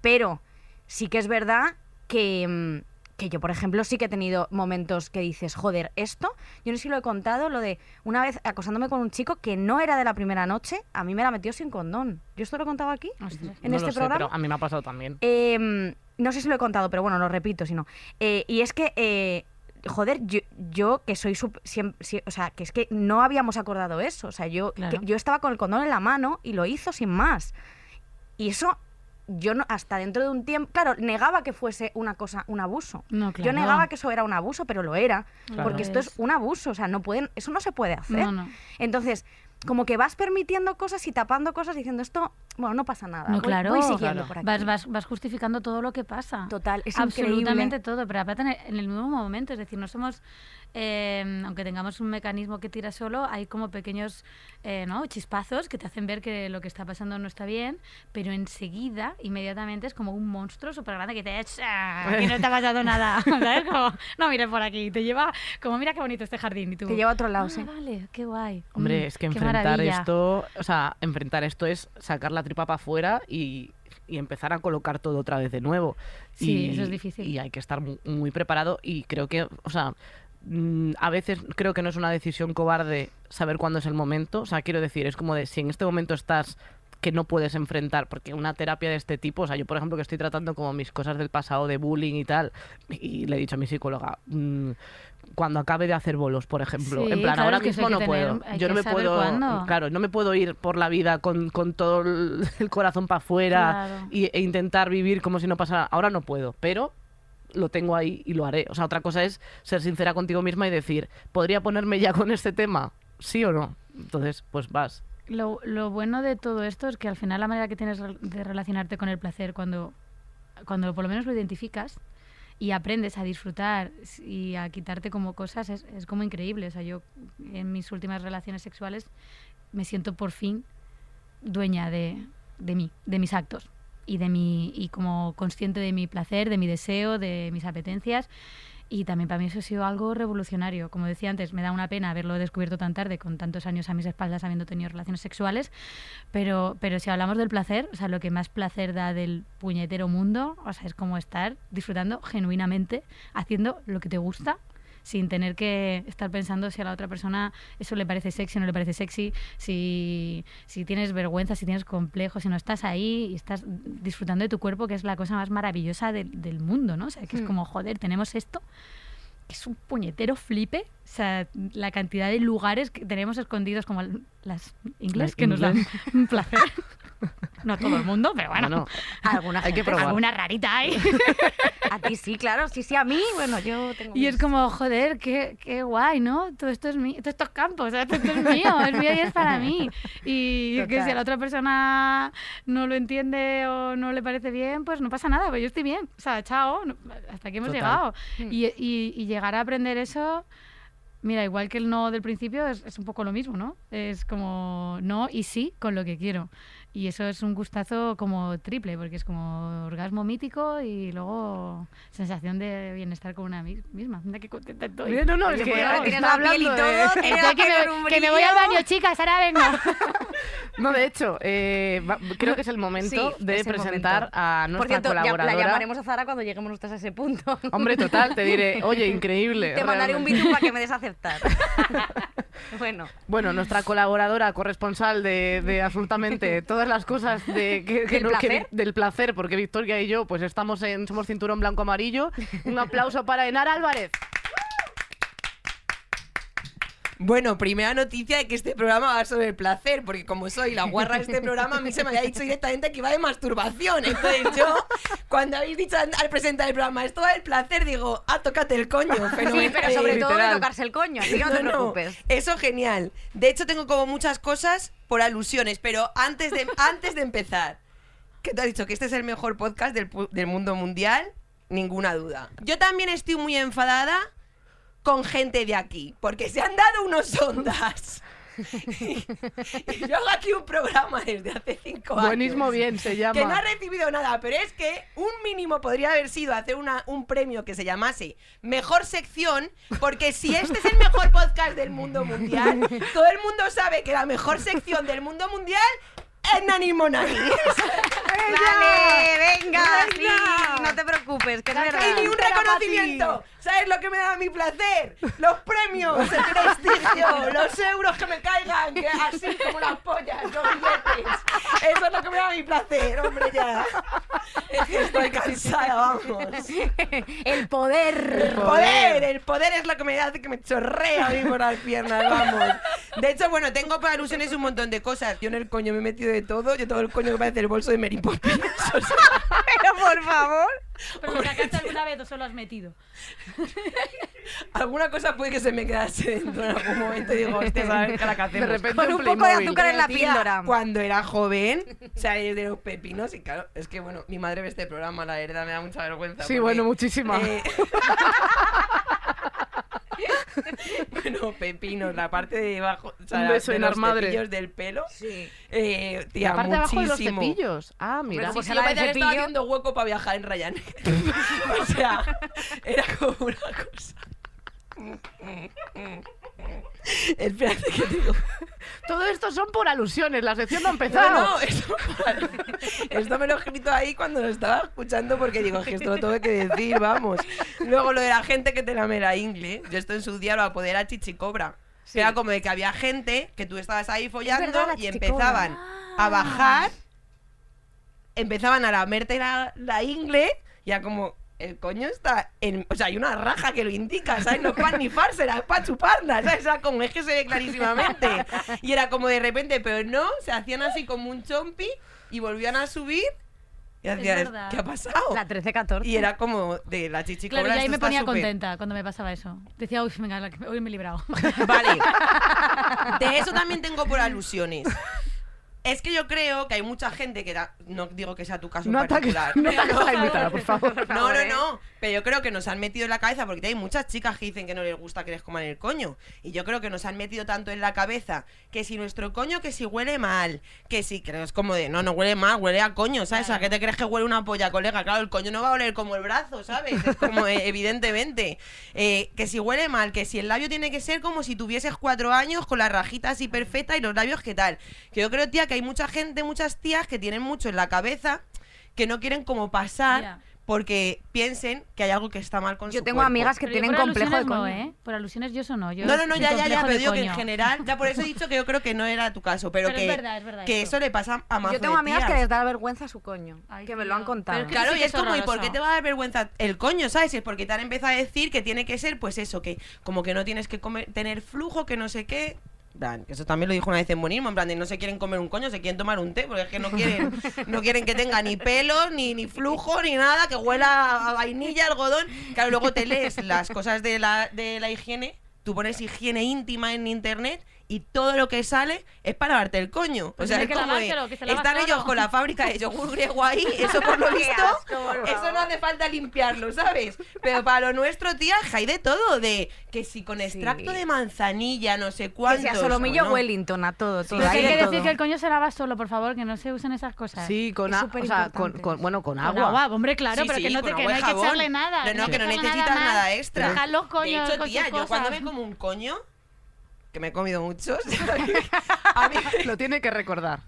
S3: Pero sí que es verdad que, mm, que yo, por ejemplo, sí que he tenido momentos que dices, joder, esto, yo no sé si lo he contado, lo de una vez acosándome con un chico que no era de la primera noche, a mí me la metió sin condón. ¿Yo esto lo he contado aquí?
S4: Ostras.
S3: ¿En
S2: No
S3: este
S2: lo sé,
S3: programa?
S2: pero a mí me ha pasado también.
S3: Eh, no sé si lo he contado, pero bueno, lo repito si no. Eh, y es que, eh, joder, yo, yo que soy sup- siem- sie- o sea, que es que no habíamos acordado eso. O sea, yo,
S4: Claro.
S3: que- yo estaba con el condón en la mano y lo hizo sin más. Y eso, yo no, hasta dentro de un tiempo, claro, negaba que fuese una cosa, un abuso.
S4: No,
S3: Yo
S4: claro.
S3: negaba que eso era un abuso, pero lo era.
S2: Claro.
S3: Porque esto es un abuso, o sea, no pueden, eso no se puede hacer.
S4: No, no.
S3: Entonces, como que vas permitiendo cosas y tapando cosas diciendo esto, bueno, no pasa nada.
S4: No,
S3: Ah, voy-
S4: claro.
S3: voy siguiendo
S2: Claro.
S3: por aquí.
S4: Vas, vas, vas justificando todo lo que pasa.
S3: Total, es
S4: Absolutamente
S3: increíble.
S4: todo, pero aparte en el- en el mismo momento, es decir, no somos, eh, aunque tengamos un mecanismo que tira solo, hay como pequeños eh, ¿no? chispazos que te hacen ver que lo que está pasando no está bien, pero enseguida, inmediatamente, es como un monstruo súper grande que te echa, que no te ha pasado nada, ¿sabes? Como, no mires por aquí, te lleva, como mira qué bonito este jardín, y tú,
S3: Te lleva a otro lado,
S4: "Ah,
S3: sí.
S4: vale, qué guay.
S2: Hombre,
S4: Mm,
S2: es que
S4: qué
S2: enfrentar
S4: maravilla".
S2: esto, o sea, enfrentar esto es sacar la tripa para afuera y, y empezar a colocar todo otra vez de nuevo.
S4: Sí,
S2: y,
S4: eso es difícil.
S2: Y hay que estar mu- muy, preparado y creo que, o sea, mm, a veces creo que no es una decisión cobarde saber cuándo es el momento. O sea, quiero decir, es como de si en este momento estás que no puedes enfrentar, porque una terapia de este tipo, o sea, yo por ejemplo que estoy tratando como mis cosas del pasado de bullying y tal, y le he dicho a mi psicóloga, mm, cuando acabe de hacer bolos, por ejemplo,
S4: Sí,
S2: en plan,
S4: claro,
S2: ahora
S4: es que eso
S2: mismo
S4: hay
S2: no
S4: que
S2: puedo,
S4: tener- hay
S2: yo no
S4: que
S2: me
S4: saber
S2: puedo,
S4: cuándo.
S2: claro, no me puedo ir por la vida con, con todo el el corazón para afuera
S4: Claro.
S2: y- e intentar vivir como si no pasara, ahora no puedo, pero lo tengo ahí y lo haré. O sea, otra cosa es ser sincera contigo misma y decir, ¿podría ponerme ya con este tema? ¿Sí o no? Entonces, pues vas.
S4: Lo, lo bueno de todo esto es que al final la manera que tienes rel- de relacionarte con el placer cuando, cuando por lo menos lo identificas y aprendes a disfrutar s- y a quitarte como cosas es, es como increíble. O sea, yo en mis últimas relaciones sexuales me siento por fin dueña de, de mí, de mis actos y de mi y como consciente de mi placer, de mi deseo, de mis apetencias y también para mí eso ha sido algo revolucionario. Como decía antes, me da una pena haberlo descubierto tan tarde, con tantos años a mis espaldas habiendo tenido relaciones sexuales, pero, pero si hablamos del placer, o sea, lo que más placer da del puñetero mundo, o sea, es como estar disfrutando genuinamente, haciendo lo que te gusta, sin tener que estar pensando si a la otra persona eso le parece sexy o no le parece sexy, si, si tienes vergüenza, si tienes complejo, si no estás ahí y estás disfrutando de tu cuerpo, que es la cosa más maravillosa del- del mundo, ¿no? O sea, que es
S3: Mm.
S4: como, joder, tenemos esto, que es un puñetero flipe. O sea, la cantidad de lugares que tenemos escondidos como el- las inglés
S2: La
S4: que nos dan un placer.
S6: No todo el mundo, pero bueno.
S2: Bueno,
S3: Alguna
S2: Hay que
S3: gente.
S2: probar.
S6: Alguna rarita hay.
S3: A ti sí, claro, sí, sí, a mí, bueno, yo tengo...
S4: Y es
S3: mis-
S4: como, joder, qué, qué guay, ¿no? Todo esto es mío, todos estos campos, todo esto es mío, es mío y es para mí. Y que si a
S3: Total.
S4: la otra persona no lo entiende o no le parece bien, pues no pasa nada, pero yo estoy bien. O sea, chao, no- hasta aquí hemos
S2: Total.
S4: llegado.
S3: Mm.
S4: Y, y- y llegar a aprender eso, mira, igual que el no del principio, es, es un poco lo mismo, ¿no? Es como no y sí con lo que quiero. Y eso es un gustazo como triple, porque es como orgasmo mítico y luego sensación de bienestar con una mi- misma. Mira qué contenta estoy.
S2: Mira, no, no, es
S3: Oye,
S2: que
S3: pues ahora
S2: está
S3: tienes la piel y
S2: hablando
S3: todo,
S2: de-
S3: tienes
S4: Estoy
S3: la
S4: que,
S3: piel
S4: me,
S3: con un
S4: que me voy al
S3: brillo.
S4: baño, chicas, ahora vengo.
S2: No, de hecho, eh, va- creo que es el momento
S3: Sí,
S2: de
S3: es el
S2: presentar
S3: momento.
S2: a nuestra
S3: Por cierto, ya
S2: colaboradora.
S3: la llamaremos a Zara cuando lleguemos nosotras a ese punto.
S2: Hombre, total, te diré, oye, increíble.
S3: Te mandaré un
S2: realmente.
S3: vídeo para que me des aceptar. bueno,
S2: Bueno, nuestra colaboradora, corresponsal de, de absolutamente todas las cosas de, que- que
S3: ¿Del
S2: no- que-
S3: placer?
S2: del placer, porque Victoria y yo pues estamos en somos cinturón blanco amarillo. Un aplauso para Enar Álvarez.
S7: Bueno, primera noticia de que este programa va sobre el placer, porque como soy la guarra de este programa, a mí se me había dicho directamente que iba de masturbación. Entonces yo, cuando habéis dicho an- al presentar el programa, esto va del placer, digo, ah, tócate el coño.
S3: sí,
S7: fenomenal.
S3: pero sobre todo de
S2: literal.
S3: tocarse el coño, así que no te preocupes.
S7: Eso genial. De hecho, tengo como muchas cosas por alusiones, pero antes de, antes de empezar, ¿qué te has dicho? Que este es el mejor podcast del, pu- del mundo mundial, ninguna duda. Yo también estoy muy enfadada con gente de aquí, porque se han dado unos ondas. Y Yo hago aquí un programa desde hace cinco años.
S2: Buenismo bien se llama.
S7: Que no ha recibido nada, pero es que un mínimo podría haber sido hacer una, un premio que se llamase Mejor Sección, porque si este es el mejor podcast del mundo mundial, todo el mundo sabe que la mejor sección del mundo mundial es Nani Monani.
S3: Dale, venga,
S7: Venga.
S3: sí, no te preocupes, que es verdad.
S7: Y ni un reconocimiento. ¿Sabes lo que me da mi placer? Los premios, el prestigio, los euros que me caigan, que así como las pollas, los billetes. Eso es lo que me da mi placer, hombre, ya. Es que Estoy cansada, vamos.
S3: El poder.
S7: El poder, el poder es lo que me hace que me chorrea a mí por las piernas, vamos. De hecho, bueno, tengo para alusiones un montón de cosas. Yo en el coño me he metido de todo. Yo tengo el coño que parece el bolso de Mary Poppins. o sea,
S3: Pero por favor.
S4: Pero lo sacaste alguna vez o solo has metido.
S7: alguna cosa puede que se me quedase dentro en algún momento y digo, hostia, ¿sabes qué la que
S2: de
S7: hacemos?
S2: repente
S3: Con un poco de
S2: Playmobil.
S3: azúcar en la
S7: Tía,
S3: píldora.
S7: Cuando era joven, o sea, desde los pepinos, y claro, es que bueno, mi madre ve este programa, la verdad, me da mucha vergüenza.
S2: Sí,
S7: porque,
S2: bueno, muchísima.
S7: eh, bueno, pepinos, la parte de abajo, o sea,
S2: Un beso
S7: de
S2: enar
S7: los
S2: madre.
S7: cepillos del pelo.
S3: Sí.
S7: Eh, tía,
S2: la parte de abajo de los
S7: muchísimo. pues,
S2: cepillos. Ah, mira.
S3: Hombre,
S7: Como
S3: sí,
S7: si
S3: la
S7: la
S3: de
S7: verdad estaba
S3: cepillo.
S7: haciendo hueco para viajar en Ryanair. o sea, era como una cosa. Espérate que tengo.
S2: Todo esto son por alusiones. La sección no ha
S7: No,
S2: empezado.
S7: no, esto, esto me lo he escrito ahí cuando lo estaba escuchando porque digo, es que esto lo tengo que decir, vamos. Luego lo de la gente que te lame la ingle. Yo esto en su día lo apodera chichicobra. Que Era como de que había gente que tú estabas ahí follando
S3: verdad, la
S7: y
S3: chichicobra. Ah.
S7: empezaban a bajar, empezaban a lamerte la, la ingle y a como... El coño está en... O sea, hay una raja que lo indica, ¿sabes? No es para nifársela, es para chuparla, ¿sabes? O sea, como es que se ve clarísimamente. Y era como de repente, pero no, se hacían así como un chompi y volvían a subir y hacían,
S4: verdad.
S7: ¿qué ha pasado?
S3: La 13-14.
S7: Y era como de la chichicobra.
S4: Claro, y ahí
S7: esto
S4: me
S7: está
S4: ponía
S7: súper.
S4: contenta cuando me pasaba eso. Decía, uy, venga, la que- hoy me he librado.
S7: Vale. De eso también tengo por alusiones. Es que yo creo que hay mucha gente que da- no digo que sea tu caso en
S2: No ataques,
S7: particular.
S2: no ataques a la invitada, por favor.
S7: No,
S3: favor,
S7: no,
S3: ¿eh?
S7: no. Pero yo creo que nos han metido en la cabeza, porque hay muchas chicas que dicen que no les gusta que les coman el coño. Y yo creo que nos han metido tanto en la cabeza que si nuestro coño, que si huele mal, que si creo, es como de, no, no huele mal, huele a coño, ¿sabes? ¿A qué te crees que huele una polla, colega? Claro, el coño no va a oler como el brazo, ¿sabes? Es como, eh, evidentemente. Eh, que si huele mal, que si el labio tiene que ser como si tuvieses cuatro años con las rajitas así perfectas y los labios, ¿qué tal? Que yo creo, tía, que hay mucha gente, muchas tías que tienen mucho en la cabeza que no quieren como pasar
S4: Ya.
S7: porque piensen que hay algo que está mal con su
S3: Yo tengo
S7: cuerpo.
S3: amigas que
S4: Pero yo
S3: tienen
S4: por
S3: complejo de
S4: alusiones no,
S3: coño.
S4: ¿eh? Por alusiones yo eso no. Yo
S7: No, no, no,
S4: soy
S7: ya, ya, ya,
S4: complejo
S7: pero
S4: de
S7: digo que en
S4: coño.
S7: general, ya por eso he dicho que yo creo que no era tu caso, pero,
S4: Pero
S7: que,
S4: es verdad, es verdad
S7: que
S4: eso.
S7: eso le pasa a más
S3: Yo tengo amigas que les da vergüenza su coño,
S4: Ay,
S3: que me lo han
S4: tío.
S3: contado.
S4: Pero es que-
S7: Claro,
S4: sí
S7: y es
S4: es
S7: como, ¿y por
S4: horroroso.
S7: qué te va a dar vergüenza el coño, sabes? Es porque te han empezado a decir que tiene que ser, pues eso, que como que no tienes que comer- tener flujo, que no sé qué. En plan, que eso también lo dijo una vez en Bonismo, en plan, de no se quieren comer un coño, se quieren tomar un té, porque es que no quieren, no quieren que tenga ni pelo, ni, ni flujo, ni nada, que huela a vainilla, algodón. Claro, luego te lees las cosas de la, de la higiene, tú pones higiene íntima en internet y todo lo que sale es para lavarte el coño. O
S6: Pues
S7: sea,
S6: hay
S7: es
S6: que
S7: como de,
S6: lavárselo, que se lava
S7: están
S6: solo.
S7: ellos con la fábrica de yogur griego ahí, eso por lo
S3: Qué
S7: visto,
S3: asco, por favor.
S7: eso no hace falta limpiarlo, ¿sabes? Pero para lo nuestro, tía, hay de todo, de que si con extracto de manzanilla, no sé
S3: Que
S7: cuánto.
S3: sea solomillo Wellington, a todo, todo.
S4: Pero que
S3: ahí
S4: hay
S3: de
S4: que
S3: todo.
S4: decir que el coño se lava solo, por favor, que no se usen esas cosas.
S2: Sí, con,
S4: Es
S2: a- o sea,
S4: superimportante.
S2: con, con- bueno, con
S6: Con
S2: agua.
S6: agua, hombre, claro,
S7: Sí,
S6: pero
S7: sí,
S6: que no, te,
S7: con
S6: que no
S7: agua y
S6: hay que
S7: jabón.
S6: echarle nada.
S7: No, no, que no
S6: hay echarle
S7: necesitas
S6: más.
S7: nada extra.
S6: Déjalo, coño,
S7: de hecho,
S6: con
S7: tía,
S6: sus
S7: yo cuando
S6: cosas.
S7: me como un coño, que me he comido muchos, a mí,
S2: Lo tiene que recordar.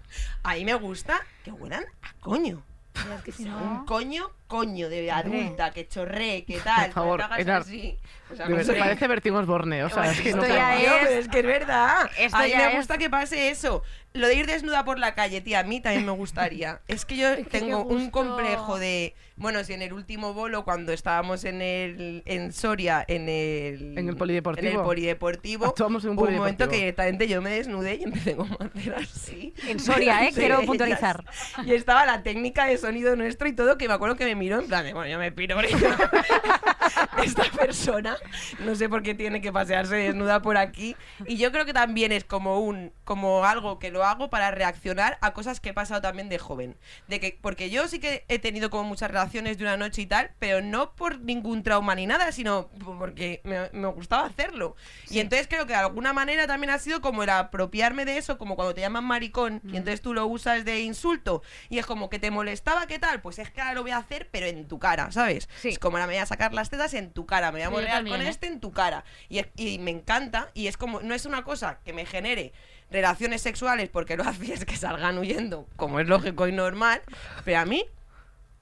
S7: a mí me gusta que huelan a coño.
S4: Ya, es que si
S7: O sea,
S4: no-
S7: Un coño, coño, de adulta, que chorree, que tal. pues
S2: Por favor,
S7: que hagas
S2: Enar.
S7: así. O sea,
S2: De
S7: no
S2: verdad,
S7: sé.
S2: Parece Vertigos Borneo, o sea,
S7: Bueno,
S2: es que no
S7: esto
S2: sé.
S3: ya
S7: ya
S3: es.
S7: es. es que es verdad.
S3: Esto
S7: a mí
S3: ya
S7: me
S3: es.
S7: gusta que pase eso. Lo de ir desnuda por la calle, tía, a mí también me gustaría. Es que yo
S4: Es que qué
S7: tengo un
S4: gusto.
S7: complejo de. Bueno, si en el último bolo, cuando estábamos en el en Soria, en el.
S2: En el polideportivo.
S7: En el polideportivo.
S2: Actuamos en un
S7: hubo un momento
S2: polideportivo.
S7: que directamente yo me desnudé y empecé como a hacer así.
S3: En Soria, ¿eh?
S7: Sí,
S3: Quiero
S7: ellas.
S3: puntualizar.
S7: Y estaba la técnica de sonido nuestro y todo, que me acuerdo que me miró en plan de, bueno, yo me piro. porque Esta persona, no sé por qué tiene que pasearse desnuda por aquí. Y yo creo que también es como un, como algo que lo hago para reaccionar a cosas que he pasado también de joven. De que, porque yo sí que he tenido como muchas relaciones de una noche y tal, pero no por ningún trauma ni nada, sino porque me, me gustaba hacerlo. Y entonces creo que de alguna manera también ha sido como el apropiarme de eso, como cuando te llaman maricón
S6: Mm.
S7: y entonces tú lo usas de insulto y es como que te molestaba, ¿qué tal? Pues es que ahora lo voy a hacer, pero en tu cara, ¿sabes?
S3: Sí.
S7: Es como ahora me voy a sacar las tetas en tu cara, me voy a
S6: Sí, yo
S7: molestar con
S6: también, ¿eh?
S7: este en tu cara. Y, es- y me encanta y es como, no es una cosa que me genere relaciones sexuales porque lo haces que salgan huyendo, como es lógico y normal, pero a mí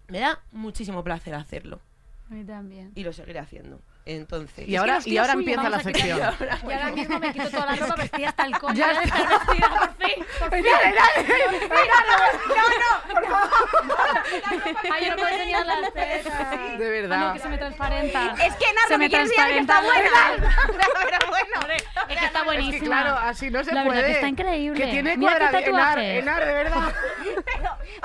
S7: me da muchísimo placer hacerlo
S4: A mí también.
S7: y lo seguiré haciendo. Entonces,
S2: Y ahora,
S4: los
S2: y
S4: tíos
S2: ahora
S4: suyos
S2: empieza
S4: vamos
S2: la
S4: a quitar
S2: sección.
S7: Pues
S4: Y ahora mismo me quito toda la ropa vestida hasta el coño.
S2: Ya
S4: Ya de estar vestida, por fin, por fin. Ay, no puedo enseñar las tetas.
S2: De
S4: Ah, no,
S2: verdad.
S4: que se me transparenta.
S3: Es que, Nardo,
S4: Se
S3: me
S4: me
S3: quieres enseñar que está
S4: transparenta.
S3: buena. Pero bueno.
S6: Es que está buenísima.
S2: Es que claro, así no se
S6: La verdad
S2: puede.
S6: que está increíble.
S2: Que tiene
S6: Mira qué
S2: cuadrado. Enar,
S6: tatuaje.
S2: Enar, de verdad.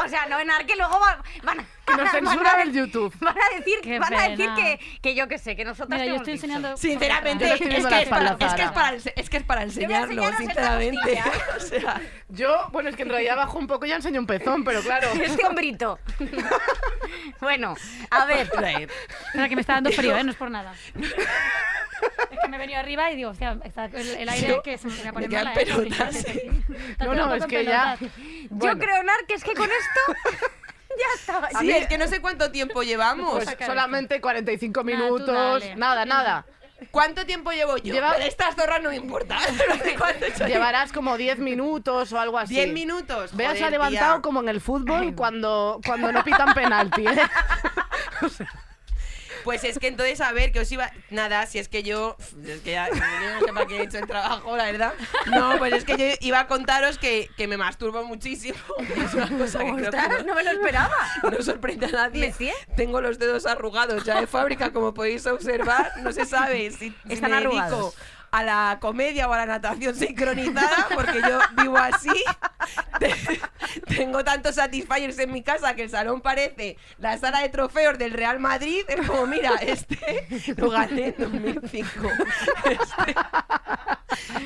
S3: O sea, no enar, que luego va- van a...
S2: Que nos
S3: van a-
S2: censuran el YouTube.
S3: Van a decir,
S6: Qué
S3: van a decir
S6: pena.
S3: que, que yo qué sé, que nosotros
S4: Mira, yo estoy enseñando.
S7: Sinceramente,
S2: Yo le
S7: es
S2: estoy
S7: que
S2: viendo la
S7: es para,
S2: espalda,
S7: es que es
S2: Zara.
S7: para, ense- es que es para enseñarlo,
S3: enseñaros esta
S7: sinceramente.
S3: costilla.
S7: O sea,
S2: Yo, bueno, es que en realidad bajo un poco y ya enseño un pezón, pero claro.
S3: Este hombrito. bueno, a ver.
S4: Espera, que me está dando frío, ¿eh? No es por nada. Es que me he venido arriba y digo, hostia, está el, el aire
S7: Yo-
S4: que se me voy a
S7: me
S4: poner
S7: quedan
S4: mala. ¿eh?
S7: pelotas.
S4: Está
S2: No,
S4: todo
S2: no,
S4: un
S2: es
S4: poco
S2: que
S4: en
S2: ya.
S4: pelotas.
S2: Bueno,
S3: Yo creo, Nar, que es que con esto ya estaba.
S7: Sí, eh, es que no sé cuánto tiempo llevamos.
S2: pues solamente 45
S4: Nah, tú
S2: minutos.
S4: dale.
S2: nada, nada.
S7: ¿Cuánto tiempo llevo yo?
S2: Lleva-
S7: Pero estas zorras no me importan. No sé cuánto he hecho.
S2: Llevarás como 10 minutos o algo así.
S7: Diez minutos.
S2: Vea, se ha
S7: joder,
S2: levantado
S7: tía.
S2: como en el fútbol cuando, cuando no pitan penalti, ¿eh?
S7: Pues es que entonces, a ver, que os iba. Nada, si es que yo. Es que ya. yo No sé para qué he hecho el trabajo, la verdad. No, pues es que yo iba a contaros que, que me masturbo muchísimo. Es una cosa que creo que no-
S3: Ostras, no me lo esperaba.
S7: No sorprende a nadie.
S3: ¿Messier?
S7: Tengo los dedos arrugados ya de fábrica, como podéis observar. No se sabe si, si
S3: Están
S7: me dedico
S3: arrugados.
S7: a la comedia o a la natación sincronizada, porque yo vivo así. Te- Tengo tantos satisfiers en mi casa que el salón parece la sala de trofeos del Real Madrid. Es como, mira, este lo gané en 2005.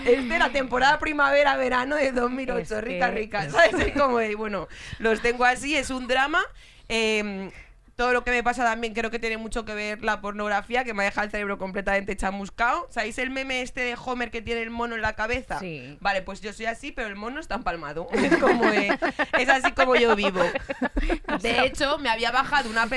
S7: Este, este la temporada primavera-verano de 2008.
S3: Es que-
S7: rica, rica. ¿Sabes? Es como de, bueno, los tengo así, es un drama. Em, todo lo que me pasa también creo que tiene mucho que ver la pornografía, que me deja el cerebro completamente chamuscado. ¿Sabéis el meme este de Homer que tiene el mono en la cabeza?
S3: Sí.
S7: Vale, pues yo soy así, pero el mono está empalmado. Es, como de- es así como yo vivo. De hecho, me había bajado una app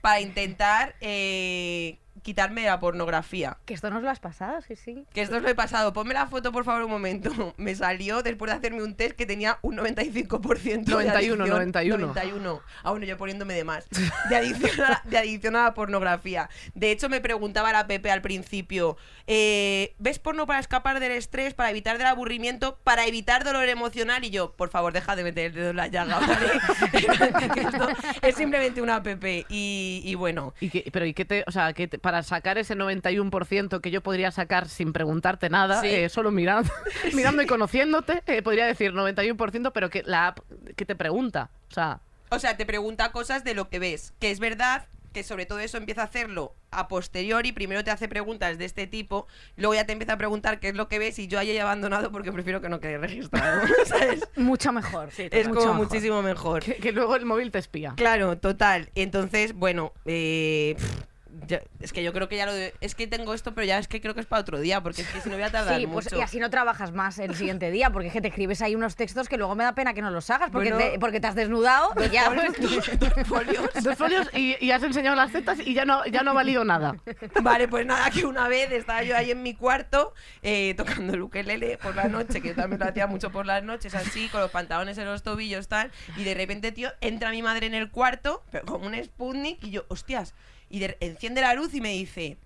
S7: para intentar eh, quitarme la pornografía.
S3: Que esto nos lo has pasado, sí, sí.
S7: Que esto os lo he pasado. Ponme la foto, por favor, un momento. Me salió después de hacerme un test que tenía un 95% de
S2: 91,
S7: adicción.
S2: 91.
S7: 91. Ah, bueno, yo poniéndome de más. De adicción a, de adicción a la pornografía. De hecho, me preguntaba la Pepe al principio, eh, ¿ves porno para escapar del estrés, para evitar del aburrimiento, para evitar dolor emocional? Y yo, por favor, deja de meter el dedo en la llaga, ¿vale? Que esto es simplemente una app. Y, y bueno,
S2: ¿Y qué- pero ¿y qué te, o sea, qué te- para para sacar ese 91% que yo podría sacar sin preguntarte nada,
S7: Sí.
S2: eh, solo mirando, mirando y conociéndote, eh, podría decir 91%, pero que la app que te pregunta, o sea,
S7: O sea, te pregunta cosas de lo que ves, que es verdad que sobre todo eso empieza a hacerlo a posteriori, primero te hace preguntas de este tipo, luego ya te empieza a preguntar qué es lo que ves y yo ahí he abandonado porque prefiero que no quede registrado, ¿sabes?
S3: Mucho mejor.
S7: Es
S3: mucho
S7: como
S3: mejor.
S7: muchísimo mejor.
S2: que, que luego el móvil te espía.
S7: Claro, total. Entonces, bueno, eh, pff, ya- es que yo creo que ya lo... de- es que tengo esto, pero ya es que creo que es para otro día, porque es que si no voy a tardar
S3: Sí, pues
S7: mucho.
S3: y así no trabajas más el siguiente día, porque es que te escribes ahí unos textos que luego me da pena que no los hagas, porque,
S7: Bueno.
S3: te, porque te has desnudado y ya. pues,
S7: Dos- dos folios.
S2: Dos folios y, y has enseñado las tetas y ya no, ya no ha valido nada.
S7: Vale, pues nada, que una vez estaba yo ahí en mi cuarto eh, tocando el ukelele por la noche, que yo también lo hacía mucho por las noches, así, con los pantalones en los tobillos, tal. Y de repente, tío, entra mi madre en el cuarto, pero con un Sputnik, y yo, hostias. Y de- enciende la luz y me dice,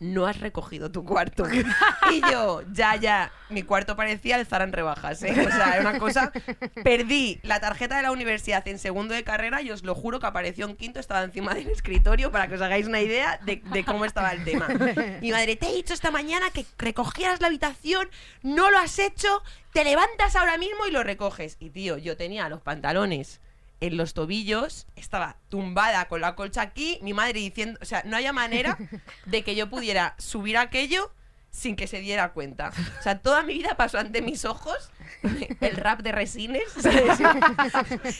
S7: no has recogido tu cuarto. Y yo, ya, ya, mi cuarto parecía el Zara en rebajas, ¿eh? O sea, era una cosa... Perdí la tarjeta de la universidad en segundo de carrera y os lo juro que apareció en quinto, estaba encima del escritorio para que os hagáis una idea de, de cómo estaba el tema. Mi madre, te he dicho esta mañana que recogieras la habitación, no lo has hecho, te levantas ahora mismo y lo recoges. Y tío, yo tenía los pantalones en los tobillos, estaba tumbada con la colcha aquí, mi madre diciendo, o sea, no había manera de que yo pudiera subir aquello sin que se diera cuenta. O sea, toda mi vida pasó ante mis ojos el rap de Resines, ¿sabes?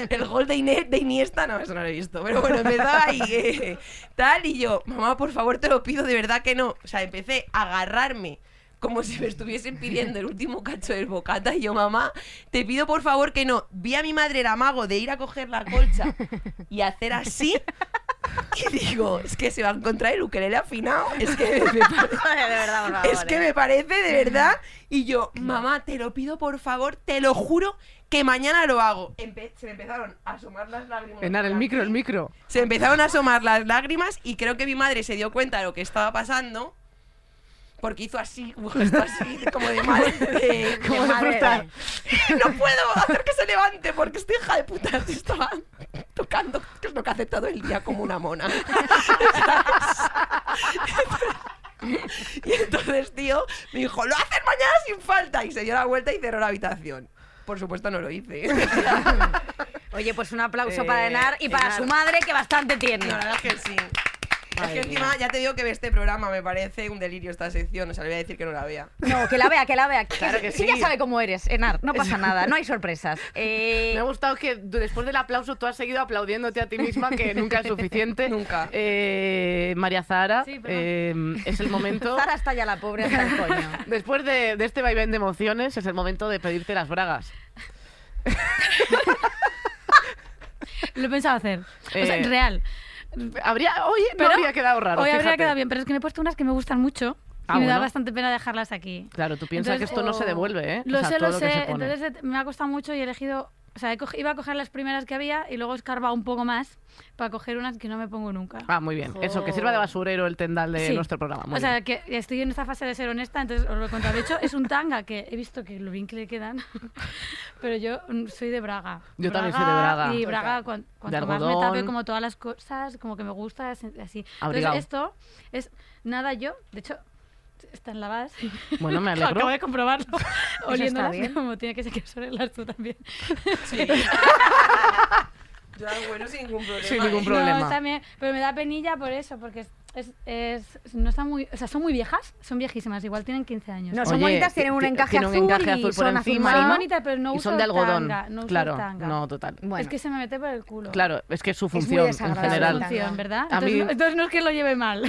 S7: el gol de, Ine- de Iniesta, no, eso no lo he visto, pero bueno, empezaba ahí, eh, tal, y yo, mamá, por favor, te lo pido, de verdad que no. O sea, empecé a agarrarme como si me estuviesen pidiendo el último cacho del bocata y yo, mamá, te pido por favor que no. Vi a mi madre, era mago, de ir a coger la colcha y hacer así. Y digo, es que se va a encontrar el ukelele afinado. Es que me pare-
S3: Joder, de verdad, por favor,
S7: es que
S3: eh.
S7: me parece de verdad. Y yo, mamá, te lo pido por favor, te lo juro que mañana lo hago. Empe- se me empezaron a asomar las lágrimas.
S2: Enar, el micro, el micro.
S7: Se empezaron a asomar las lágrimas y creo que mi madre se dio cuenta de lo que estaba pasando. Porque hizo así, un gesto así, como de madre. de-
S2: Como
S3: Qué
S2: de
S3: madre.
S2: fruta.
S7: no puedo hacer que se levante porque esta hija de puta se estaba tocando, que es lo que hace todo el día como una mona. y entonces, tío, me dijo, lo haces mañana sin falta. Y se dio la vuelta y cerró la habitación. Por supuesto no lo hice.
S3: Oye, pues un aplauso
S2: Eh,
S3: para Enar y para
S2: Enar.
S3: su madre, que bastante tiene.
S7: No, la verdad es que sí. es
S2: Madre
S7: que encima ya te digo que ve este programa me parece un delirio esta sección. O sea, le voy a decir que no la vea.
S3: No, que la vea, que la vea.
S2: Claro que
S3: Sí,
S2: sí.
S3: ya sabe cómo eres, Enar. No pasa nada, no hay sorpresas. Eh,
S2: Me ha gustado que du- después del aplauso tú has seguido aplaudiéndote a ti misma, que nunca es suficiente.
S7: Nunca.
S2: Eh, María Zara,
S4: Sí, perdón.
S2: es el momento.
S3: Zara está ya la pobre hasta el coño.
S2: Después de, de este vaivén de emociones, es el momento de pedirte las bragas.
S4: Lo he pensado hacer. O sea,
S2: Eh,
S4: real.
S2: Habría, oye, no
S4: Pero
S2: habría quedado raro.
S4: Hoy habría
S2: fíjate.
S4: quedado bien, pero es que me he puesto unas que me gustan mucho
S2: Ah,
S4: y me da
S2: bueno.
S4: bastante pena dejarlas aquí.
S2: Claro, tú piensas que
S4: Entonces,
S2: esto no se
S4: o-
S2: devuelve, ¿eh? O
S4: Lo
S2: sea,
S4: sé,
S2: todo
S4: lo
S2: que se
S4: sé.
S2: pone.
S4: Entonces eh, me ha costado mucho y he elegido. O sea, he cogi- iba a coger las primeras que había y luego escarbado un poco más para coger unas que no me pongo nunca.
S2: Ah, muy bien. Eso, que sirva de basurero el tendal de
S4: Sí.
S2: nuestro programa. Muy
S4: o sea,
S2: bien.
S4: que estoy en esta fase de ser honesta, entonces os lo he contado. De hecho, es un tanga que he visto que lo bien que le quedan. Pero yo mm, soy de Braga.
S2: Yo también soy de Braga.
S4: Y Braga, cuan- cuanto más
S2: algodón.
S4: me tape, como todas las cosas, como que me gusta, es- así.
S2: Abrigado.
S4: Entonces, esto es nada yo. De hecho, están lavadas.
S2: Bueno, me alegro.
S4: Acabo de comprobarlo. Oliéndolas,
S3: bien.
S4: como tiene que ser que olerlas tú también.
S7: Yo la vuelo sin ningún problema.
S2: Sin ningún
S7: ¿eh?
S2: problema.
S4: No, también, pero me da penilla por eso, porque es, es- es- no están muy, o sea, son muy viejas, son viejísimas, igual tienen 15 años.
S3: No, son
S2: Oye,
S3: bonitas, tienen un
S2: ti-
S3: encaje
S2: tiene un
S3: azul.
S2: encaje
S3: y
S2: azul por
S3: son
S2: encima.
S4: Son
S3: marino.
S4: bonitas, pero no
S2: y
S4: uso
S2: son de
S4: el
S2: algodón.
S4: tanga, no uso
S2: claro,
S4: el tanga.
S2: no, total.
S3: Bueno,
S4: Es que se me mete por el culo.
S2: Claro, es que es su
S3: muy
S2: función en
S3: desagradable.
S4: Es
S2: general.
S4: su función, ¿verdad?
S2: A
S4: Entonces,
S2: mí-
S4: no, entonces no es que lo lleve mal.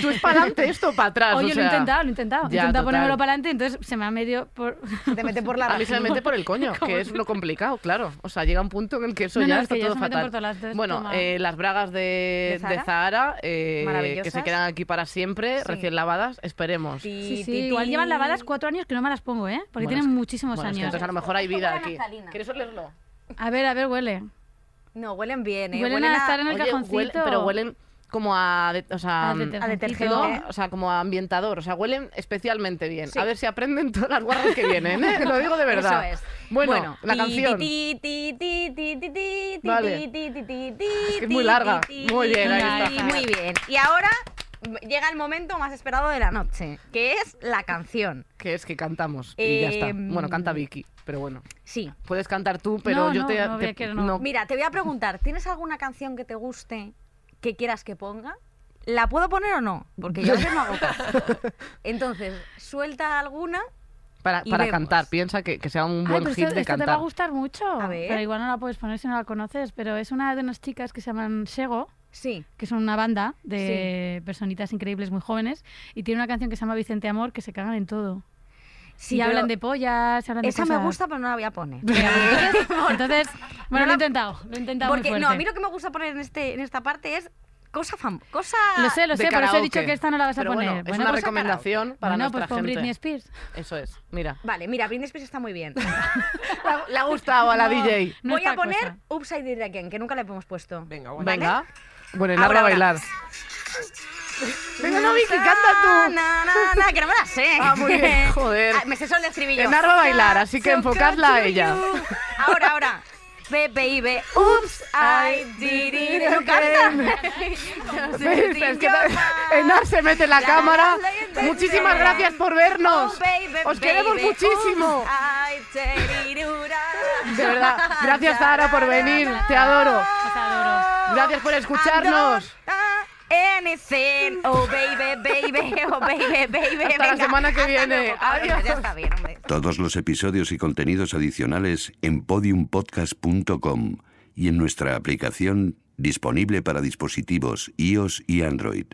S2: Tú es para adelante esto o para atrás.
S4: Oye,
S2: o
S4: lo he
S2: sea,
S4: intentado, lo he intentado. He
S2: ya,
S4: intentado
S2: total.
S4: ponérmelo para adelante, entonces se me ha medio por...
S3: Se te mete por la
S2: A mí se me
S3: vagina.
S2: mete por el coño,
S4: Como
S2: que es lo complicado, claro. O sea, llega un punto en el que eso
S4: No, no,
S2: ya
S4: es
S2: está
S4: que ya
S2: todo
S4: se meten
S2: fatal.
S4: por todas las- entonces,
S2: bueno,
S4: toma.
S2: eh, las bragas de,
S3: ¿De Zara?
S2: de Zara, eh, que se
S3: Maravillosas.
S2: quedan aquí para siempre,
S3: Sí.
S2: recién lavadas, esperemos.
S3: Ti,
S4: Sí,
S3: ti,
S4: sí, igual
S3: ti.
S4: llevan lavadas cuatro años que no me las pongo, ¿eh? Porque
S2: Bueno,
S4: tienen
S2: es que-
S4: muchísimos
S2: Bueno, es que
S4: años.
S2: entonces a lo mejor hay
S3: Esto
S2: vida
S3: huele a
S2: aquí.
S3: naftalina.
S2: ¿Quieres olerlo?
S4: A ver, a ver, huele.
S3: No, huelen bien, ¿eh?
S4: Huelen a estar en el
S2: Oye,
S4: cajoncito.
S2: huelen- pero huelen como a, um, de- o sea,
S4: A detergente.
S3: A detergente.
S2: no, o sea, como a ambientador, o sea, huelen especialmente bien.
S3: Sí.
S2: A ver si aprenden todas las guarras que vienen, ¿eh? Lo digo de verdad.
S3: Eso es.
S2: Bueno, la canción. Vale.
S3: Es
S2: que es muy larga. Muy bien, ahí está.
S3: Muy bien. Y ahora llega el momento más esperado de la noche, que es la canción.
S2: Que es que cantamos y ya está.
S3: Em,
S2: Bueno, canta Vicky, pero bueno.
S3: Sí.
S2: Puedes cantar tú, pero
S4: No,
S2: yo
S4: no,
S2: te, te-
S4: no, voy a querer, no.
S3: Mira, te voy a preguntar, ¿tienes alguna canción que te guste que quieras que ponga? ¿La puedo poner o no? Porque yo a veces no hago caso. Entonces, suelta alguna.
S2: para,
S3: y
S2: para
S3: vemos.
S2: cantar, piensa que, que sea un
S4: Ay,
S2: buen
S4: pero
S2: hit
S4: esto,
S2: de
S4: esto te
S2: cantar.
S4: va a gustar mucho.
S3: A ver.
S4: Pero igual no la puedes poner si no la conoces, pero es una de unas chicas que se llaman Sego,
S3: Sí.
S4: que son una banda de personitas increíbles muy jóvenes, y tiene una canción que se llama Vicente Amor, que se cagan en todo.
S3: Sí,
S4: y
S3: pero
S4: hablan de pollas, hablan
S3: Esa
S4: de
S3: me
S4: cosas.
S3: gusta, pero no la voy a poner.
S4: Entonces,
S3: No la-
S4: bueno, lo he intentado, lo he intentado
S3: Porque,
S4: muy
S3: no, a
S4: fuerte.
S3: mí lo que me gusta poner en, este, en esta parte es cosa fam cosa
S4: Lo sé, lo
S2: de
S4: sé, por eso he
S2: karaoke.
S4: dicho que esta no la vas a
S2: Pero
S4: poner.
S2: Bueno, es
S4: Bueno,
S2: una
S4: pues-
S2: recomendación para
S4: bueno,
S2: nuestra
S4: pues con
S2: gente.
S4: Britney Spears.
S2: Eso es, mira.
S3: Vale, mira, Britney Spears está muy bien.
S2: Le ha gustado a la
S4: No.
S2: DJ.
S4: Oh, No
S3: Voy a
S4: está
S3: poner
S4: cosa.
S3: Upside Down Again, que nunca le hemos puesto.
S7: Venga, bueno.
S2: Venga. Bueno, y
S3: Ahora,
S2: larga a
S3: ahora.
S2: bailar. Venga, no, Vicky, canta tú.
S3: Na, na, na, que no me la sé.
S2: Ah, muy bien, joder.
S3: Ah, me sé solo el estribillo.
S2: Enar va a bailar, así que
S3: So
S2: enfocadla
S3: good
S2: a
S3: to
S2: ella.
S3: you. Ahora, ahora. Bebe y ve. Oops, I did it. No canta.
S2: Es que Enar se mete en la
S3: La,
S2: cámara.
S3: la, la, la,
S2: Muchísimas
S3: la.
S2: gracias por vernos.
S3: Oh, baby,
S2: Os queremos
S3: baby. oh,
S2: muchísimo.
S3: Oops, I did it.
S2: De verdad. Gracias, Sara, por venir. Te adoro.
S4: Os adoro.
S2: Gracias por escucharnos.
S3: I don't, uh, Anything. Oh, baby, baby. Oh, baby, baby.
S2: Hasta la
S3: Venga,
S2: semana que
S3: hasta
S2: viene.
S3: luego, cabrones,
S2: Adiós.
S3: Ya está bien, hombre.
S5: Todos los episodios y contenidos adicionales en podiumpodcast.com y en nuestra aplicación disponible para dispositivos iOS y Android.